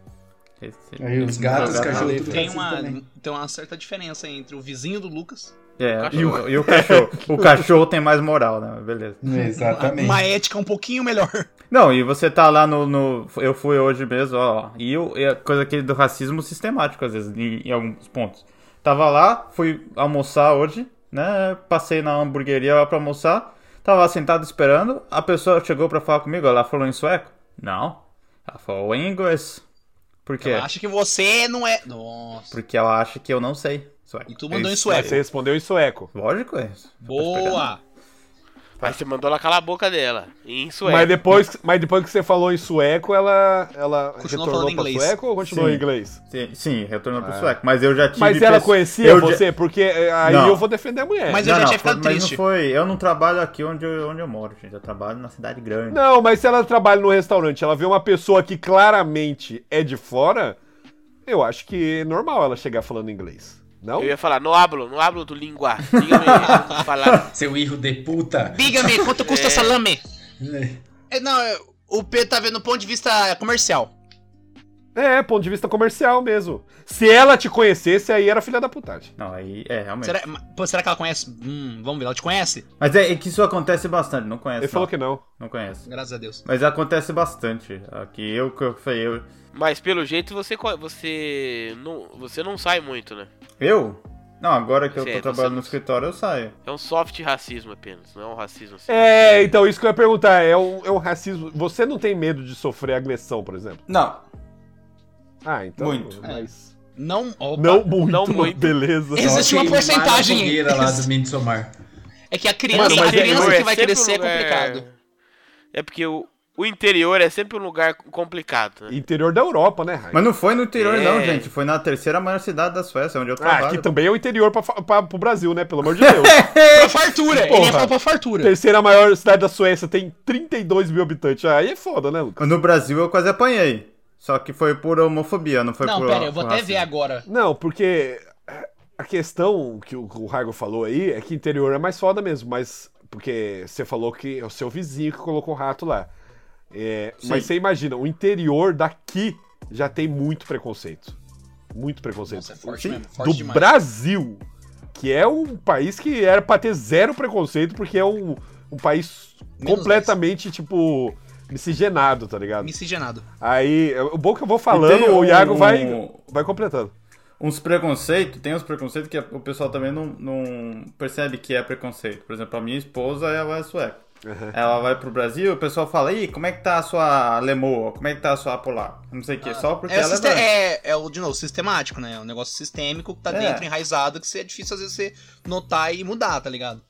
Esse-
Aí os gatos, os
jogaram
cachorros,
ali,
tudo
Tem
assim
uma,
também.
tem uma certa diferença entre o vizinho do Lucas,
É, e o, e o cachorro. o cachorro tem mais moral, né? Beleza.
[laughs] Exatamente.
uma ética um pouquinho melhor.
Não, e você tá lá no. no- eu fui hoje mesmo, ó. E, eu, e a coisa aquele do racismo sistemático, às vezes, em, em alguns pontos. Tava lá, fui almoçar hoje, né? Passei na hamburgueria lá pra almoçar. Tava lá sentado esperando. A pessoa chegou pra falar comigo, ela falou em sueco? Não. Ela falou em inglês. Por quê?
Ela acha que você não é. Nossa.
Porque ela acha que eu não sei sueco.
E tu mandou em
Isso,
Mas
sueco.
você respondeu em sueco.
Lógico, é. isso.
Boa!
Aí você mandou ela calar a boca dela. E isso é.
Mas depois, mas depois que você falou em sueco, ela, ela
Continuou
retornou
falando
pra
inglês.
sueco ou continuou em
Sim.
inglês?
Sim, sim retornou pro sueco. Mas eu já tive.
Ah. Mas ela
pessoa-
conhecia
eu já-
você? Porque eh, aí
Não.
eu vou defender a mulher.
Mas- eu
não,
já
não,
tinha
foi-
ficado
mas
triste.
não foi. Eu não trabalho aqui onde eu, onde eu moro, gente. Eu trabalho na cidade grande.
Não, mas se ela trabalha no restaurante, ela vê uma pessoa que claramente é de fora, eu acho que é normal ela chegar falando inglês. Não?
Eu ia falar, não hablo, não hablo do língua. Diga-me [laughs] falar.
Seu erro de puta.
Diga-me, quanto custa salame?
É.
É, não, é, o Pedro tá vendo do ponto de vista comercial.
É, ponto de vista comercial mesmo. Se ela te conhecesse, aí era filha da putagem.
Não, aí é realmente.
Será, ma- pô, será que ela conhece? Hum, vamos ver, ela te conhece?
Mas é, é que isso acontece bastante. Não conheço.
Ele
Não,
falou que não.
não conheço.
Graças a Deus.
Mas acontece bastante. Aqui eu que eu falei. Eu,
Mas pelo jeito você co- você não, você não sai muito, né?
eu?
Não, agora que eu
Você
tô
é,
trabalhando
você-
no escritório, eu saio.
É um soft racismo apenas, não é um racismo assim.
É, então isso que eu ia perguntar. É um, é um racismo. Você não tem medo de sofrer agressão, por exemplo?
Não.
Ah, então.
Muito.
Mas...
Não, opa.
Não muito,
Não muito.
beleza.
Esse- Existe
Só
uma
queimar na
porcentagem.
fogueira lá do Midsommar.
É que a criança,
Mano, mas
a criança
é-
que vai
sempre um
crescer é
lugar-
complicado.
É porque o, o interior é sempre um lugar complicado, né?
Interior da Europa, né, Raio?
Mas não foi no interior, não,
É.
gente. Foi na terceira maior cidade da Suécia, onde eu
Ah,
trabalho.
aqui também é o interior pra, fa- pra, pro Brasil, né? Pelo amor de Deus.
Pra fartura, ele
Porra.
ia falar pra fartura.
Terceira maior cidade da Suécia tem 32 mil habitantes. Aí é foda, né, Lucas?
No Brasil eu quase apanhei. Só que foi por homofobia, não foi
Não,
por.
pera, eu vou
por
até
racismo.
ver agora.
Não, porque é, a questão que o o Raigo falou aí é que interior é mais foda mesmo, mas porque você falou que é o seu vizinho que colocou o rato lá. É, mas você imagina, o interior daqui já tem muito preconceito. Muito preconceito.
Nossa, é forte
Sim.
mesmo, forte
Do
demais.
Brasil, que é um país que era pra ter zero preconceito, porque é um, um país
Menos
completamente, tipo, miscigenado, tá ligado?
Miscigenado.
Aí, é, o bom que eu vou
E tem
falando, o
um-
Iago vai, vai completando.
Uns preconceitos, tem uns preconceitos que o pessoal também não, não percebe que é preconceito. Por exemplo, a minha esposa, ela é sueca. Ela vai pro Brasil, o pessoal fala, Ih, como é que tá a sua lemoa? Como é que tá a sua polaca? Não sei o quê, só porque
É, o
ela é
siste-
branca.
é, é o, de novo, sistemático, né? É um negócio sistêmico que tá
É.
dentro, enraizado, que cê- é difícil às vezes você notar e mudar, tá ligado?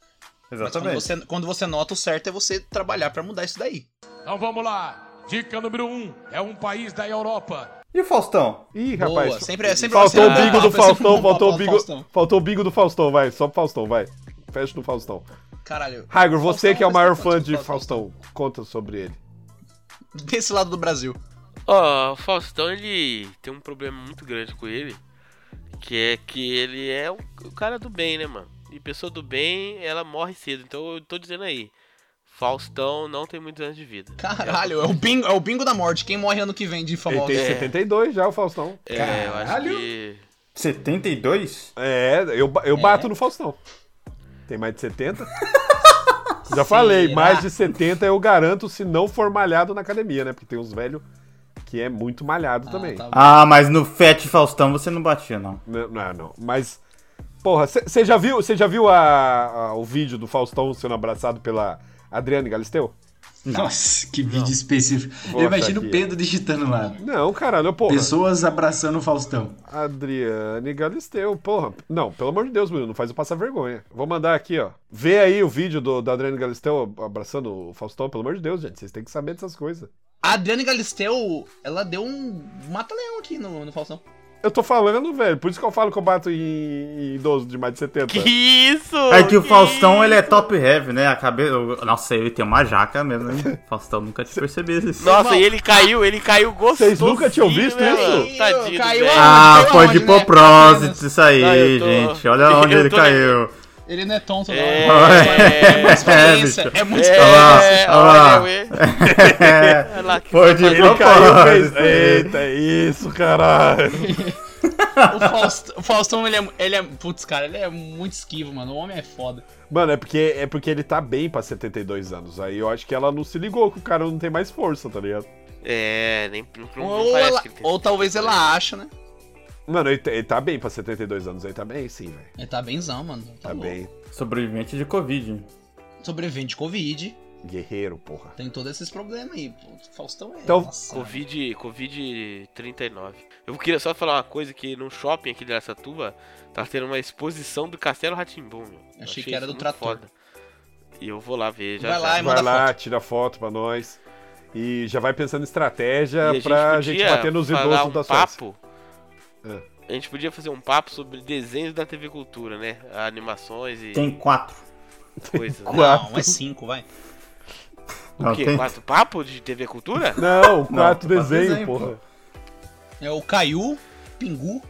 Mas quando
Exatamente.
você, quando você nota o certo é você trabalhar pra mudar isso daí.
Então vamos lá. Dica número um, é um país da Europa.
E o Faustão?
Ih,
Boa,
rapaz.
sempre, sempre
Faltou o
sempre um
bingo
bom
do
papo, é sempre um
Faustão,
bom
faltou o
papo do
bingo.
Faustão.
Faltou o bingo do Faustão, vai. Só pro Faustão, vai. Fecha do Faustão.
Caralho.
Raigor, você
Faustão
que é o
vai
maior
ser
fã
fantástico,
de Faustão, conta sobre ele.
[laughs] Desse lado do Brasil.
Ó, o Faustão, ele tem um problema muito grande com ele, que é que ele é o, o cara do bem, né, mano? E pessoa do bem, ela morre cedo. Então eu tô dizendo aí, Faustão não tem muitos anos de vida.
Caralho, é o bingo, é o bingo da morte. Quem morre ano que vem de
Ele
famoso.
tem 72 já, o Faustão.
É, eu acho
Caralho.
que...
72?
É, eu, ba- eu bato no Faustão. Tem mais de
[laughs]
70? Já falei,
Será?
mais de 70 eu garanto se não for malhado na academia, né? Porque tem uns velhos que é muito malhado também.
tá bom.
Ah, mas no Fat Faustão você não batia, não.
Né? Não, não, não. Mas. Porra, você já viu, cê já viu a- a- o vídeo do Faustão sendo abraçado pela Adriane Galisteu?
Nossa, que vídeo específico.
Vou
eu imagino
aqui.
o Pedro digitando lá.
Não, caralho, porra.
Pessoas abraçando o Faustão.
Adriane Galisteu, porra. Não, pelo amor de Deus, Bruno, não faz eu passar vergonha. Vou mandar aqui, ó. Vê aí o vídeo do, da Adriane Galisteu abraçando o Faustão, pelo amor de Deus, gente. Vocês têm que saber dessas coisas.
A Adriane Galisteu, ela deu um mata-leão aqui no, no Faustão.
Eu tô falando, velho. Por isso que eu falo que eu bato em, em idoso de mais de 70.
Que isso!
É que o Faustão,
isso?
ele é top heavy, né? A cabeça... Nossa, ele tem uma jaca mesmo, né? [laughs] Faustão nunca te percebi isso.
Nossa,
Irmão.
e ele caiu, ele caiu gostoso.
Vocês nunca tinham visto isso?
Caiu
Tadinho, caiu
a-
Ah,
Não,
foi
onde,
de
né?
propósito isso aí,
Não, eu tô-
gente. Olha
eu
onde ele
tô
caiu.
Ele não é tonto,
[laughs]
não.
É,
É, uma
é,
experiência,
bicho.
é muito
Olha
Ah.
lá, olha lá.
olha
[laughs]
lá. que
Foi de
safado.
Ele caiu e fez.
propósito.
Eita, isso, caralho.
O Faust- o Faustão, ele é, ele é. Putz, cara, ele é muito esquivo, mano. O homem é foda.
Mano, é porque, é porque ele tá bem pra 72 anos. Aí eu acho que ela não se ligou que o cara não tem mais força, tá ligado?
É, nem não, não
ou,
parece
ela-
que ele tem tipo
ou talvez ela acha, né?
Mano, ele, tá- ele tá bem pra 72 anos. Ele tá bem, sim, velho.
Ele tá benzão, mano.
Tá
Tá, louco.
bem.
Sobrevivente de Covid.
Sobrevivente de Covid.
Guerreiro, porra.
Tem todos esses problemas aí. pô. O Faustão é.
Então,
nossa.
Covid, Covid 39. Eu queria só falar uma coisa que num shopping aqui de Aracatuba tá tendo uma exposição do Castelo Ratimbum, meu. Eu
Achei que
isso
era do
muito
trator.
E eu vou lá ver já.
Vai lá,
já.
Aí irmão.
vai
manda
lá, tira foto pra nós. E já vai pensando em estratégia
E
É pra gente,
podia
bater nos
falar
idosos
um
da Suécia.
papo.
É.
A gente podia fazer um papo sobre desenhos da TV Cultura, né? Animações e
Tem quatro.
coisas. né?
Ah.
Não, é cinco, vai.
O quê?
tem-
Quatro papo de TV Cultura?
Não, quatro
quatro
desenhos,
desenho,
porra.
É o Caiu, Pingu.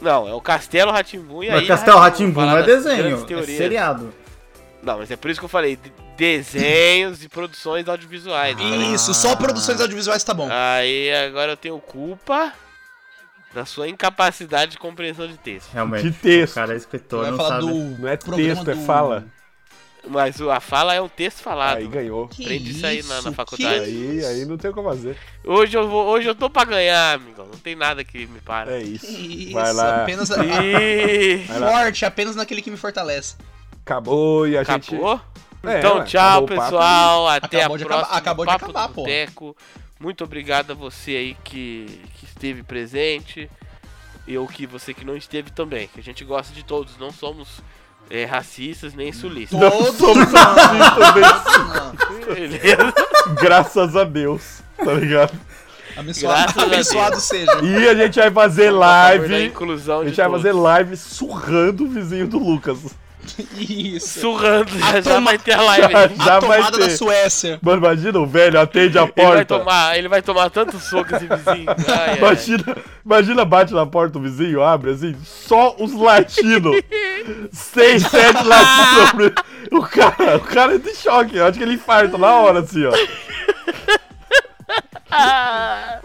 Não, é o Castelo Ratimbum e aí. né?
Mas Castelo
Rá-Tim-Bum
Ratimbum
fala
não é
das grandes
desenho, é
teorias.
seriado.
Não, mas é por isso que eu falei de- desenhos e produções audiovisuais.
Ah.
né?
Isso, só produções audiovisuais tá bom.
Aí agora eu tenho culpa da sua incapacidade de compreensão de texto.
Realmente.
De texto.
O cara é
Vai
escritor, não
falar
sabe.
do.
Não é
programa
texto, é
do-
fala.
Mas o- a fala é um texto falado.
Aí ganhou.
Que
Aprendi isso aí na- na
isso?
faculdade.
Aí, aí não tem o que fazer.
Hoje eu vou, hoje eu tô pra ganhar, amigão. Não tem nada que me para.
É isso.
Que isso,
Vai lá.
apenas
É.
[laughs]
Ih,
Vai lá.
forte, apenas naquele que me fortalece.
Acabou e a gente.
acabou?
É,
então,
ué,
tchau,
acabou o papo.
pessoal. Até
Acabou
a
de
próxima.
acabar- acabou de
Papo
acabar,
do
pô.
Boteco. Muito obrigado a você aí que, que esteve presente. E ou que você que não esteve também. Que a gente gosta de todos. Não somos é, racistas nem sulistas. [laughs]
Todo
Somos racistas,
Beleza?
velho. Graças a Deus. Tá ligado?
abençoado,
Graças a
abençoado seja.
E a gente vai fazer
Da
live.
inclusão
A
de
gente vai
todos.
fazer live surrando o vizinho do Lucas.
Isso.
Surrando. Já, já
toma-
vai ter a live. aí.
[laughs] Já
a
vai
tomada da
ter.
Suécia.
Mano, imagina o velho, atende a
Ele vai,
porta.
tomar, ele vai tomar tantos socos esse
[laughs]
vizinho. Ai, ai, ai.
Imagina, imagina, bate na porta o vizinho, abre assim, só os
[laughs]
latinos. Seis, sete latinos. sobre- O cara, o cara é de choque, eu acho que ele infarta na hora, assim,
[laughs]
ó.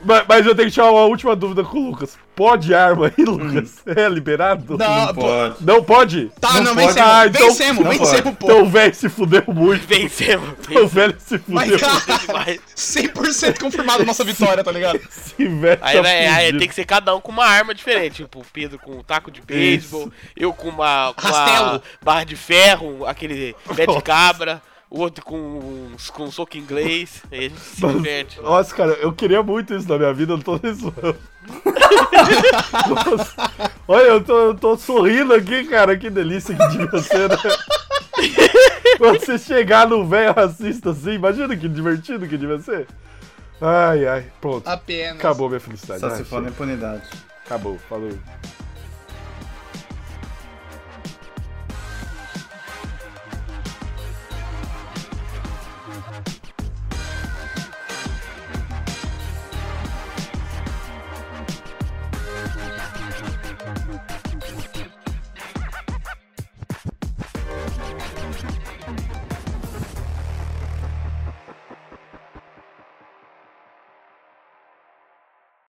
Mas, mas eu tenho que tirar uma última dúvida com o Lucas. Pode arma aí, Lucas? É liberado?
Hum. Não, pô.
Pode.
Não pode?
Tá, não,
pode.
vencemos.
Ah, então-
vencemos,
então
vencemos, pô.
Então o velho se fudeu muito. [laughs]
Vencemos.
O
vencemos
velho se
Mas,
fudeu.
[laughs] cara,
demais.
100% confirmado nossa vitória, tá ligado?
Esse [laughs] velho
Aí,
tá
vai- aí
fudido.
tem que ser cada um com uma arma diferente. Tipo, o Pedro com um taco de beisebol, eu com uma, com uma
Rastelo.
barra de ferro, aquele pé de cabra, o outro com, uns- com um soco inglês. Aí a gente se
Mas-
diverte.
Nossa, cara, eu queria muito isso na minha vida, eu não tô nem zoando. Nossa. Olha, eu tô, eu tô sorrindo aqui, cara, que delícia que devia ser, né? Quando você chegar no velho racista assim, imagina que divertido que devia ser. Ai, ai, pronto.
Apenas.
Acabou minha felicidade.
Só
Ah,
se for na impunidade.
Acabou, falou.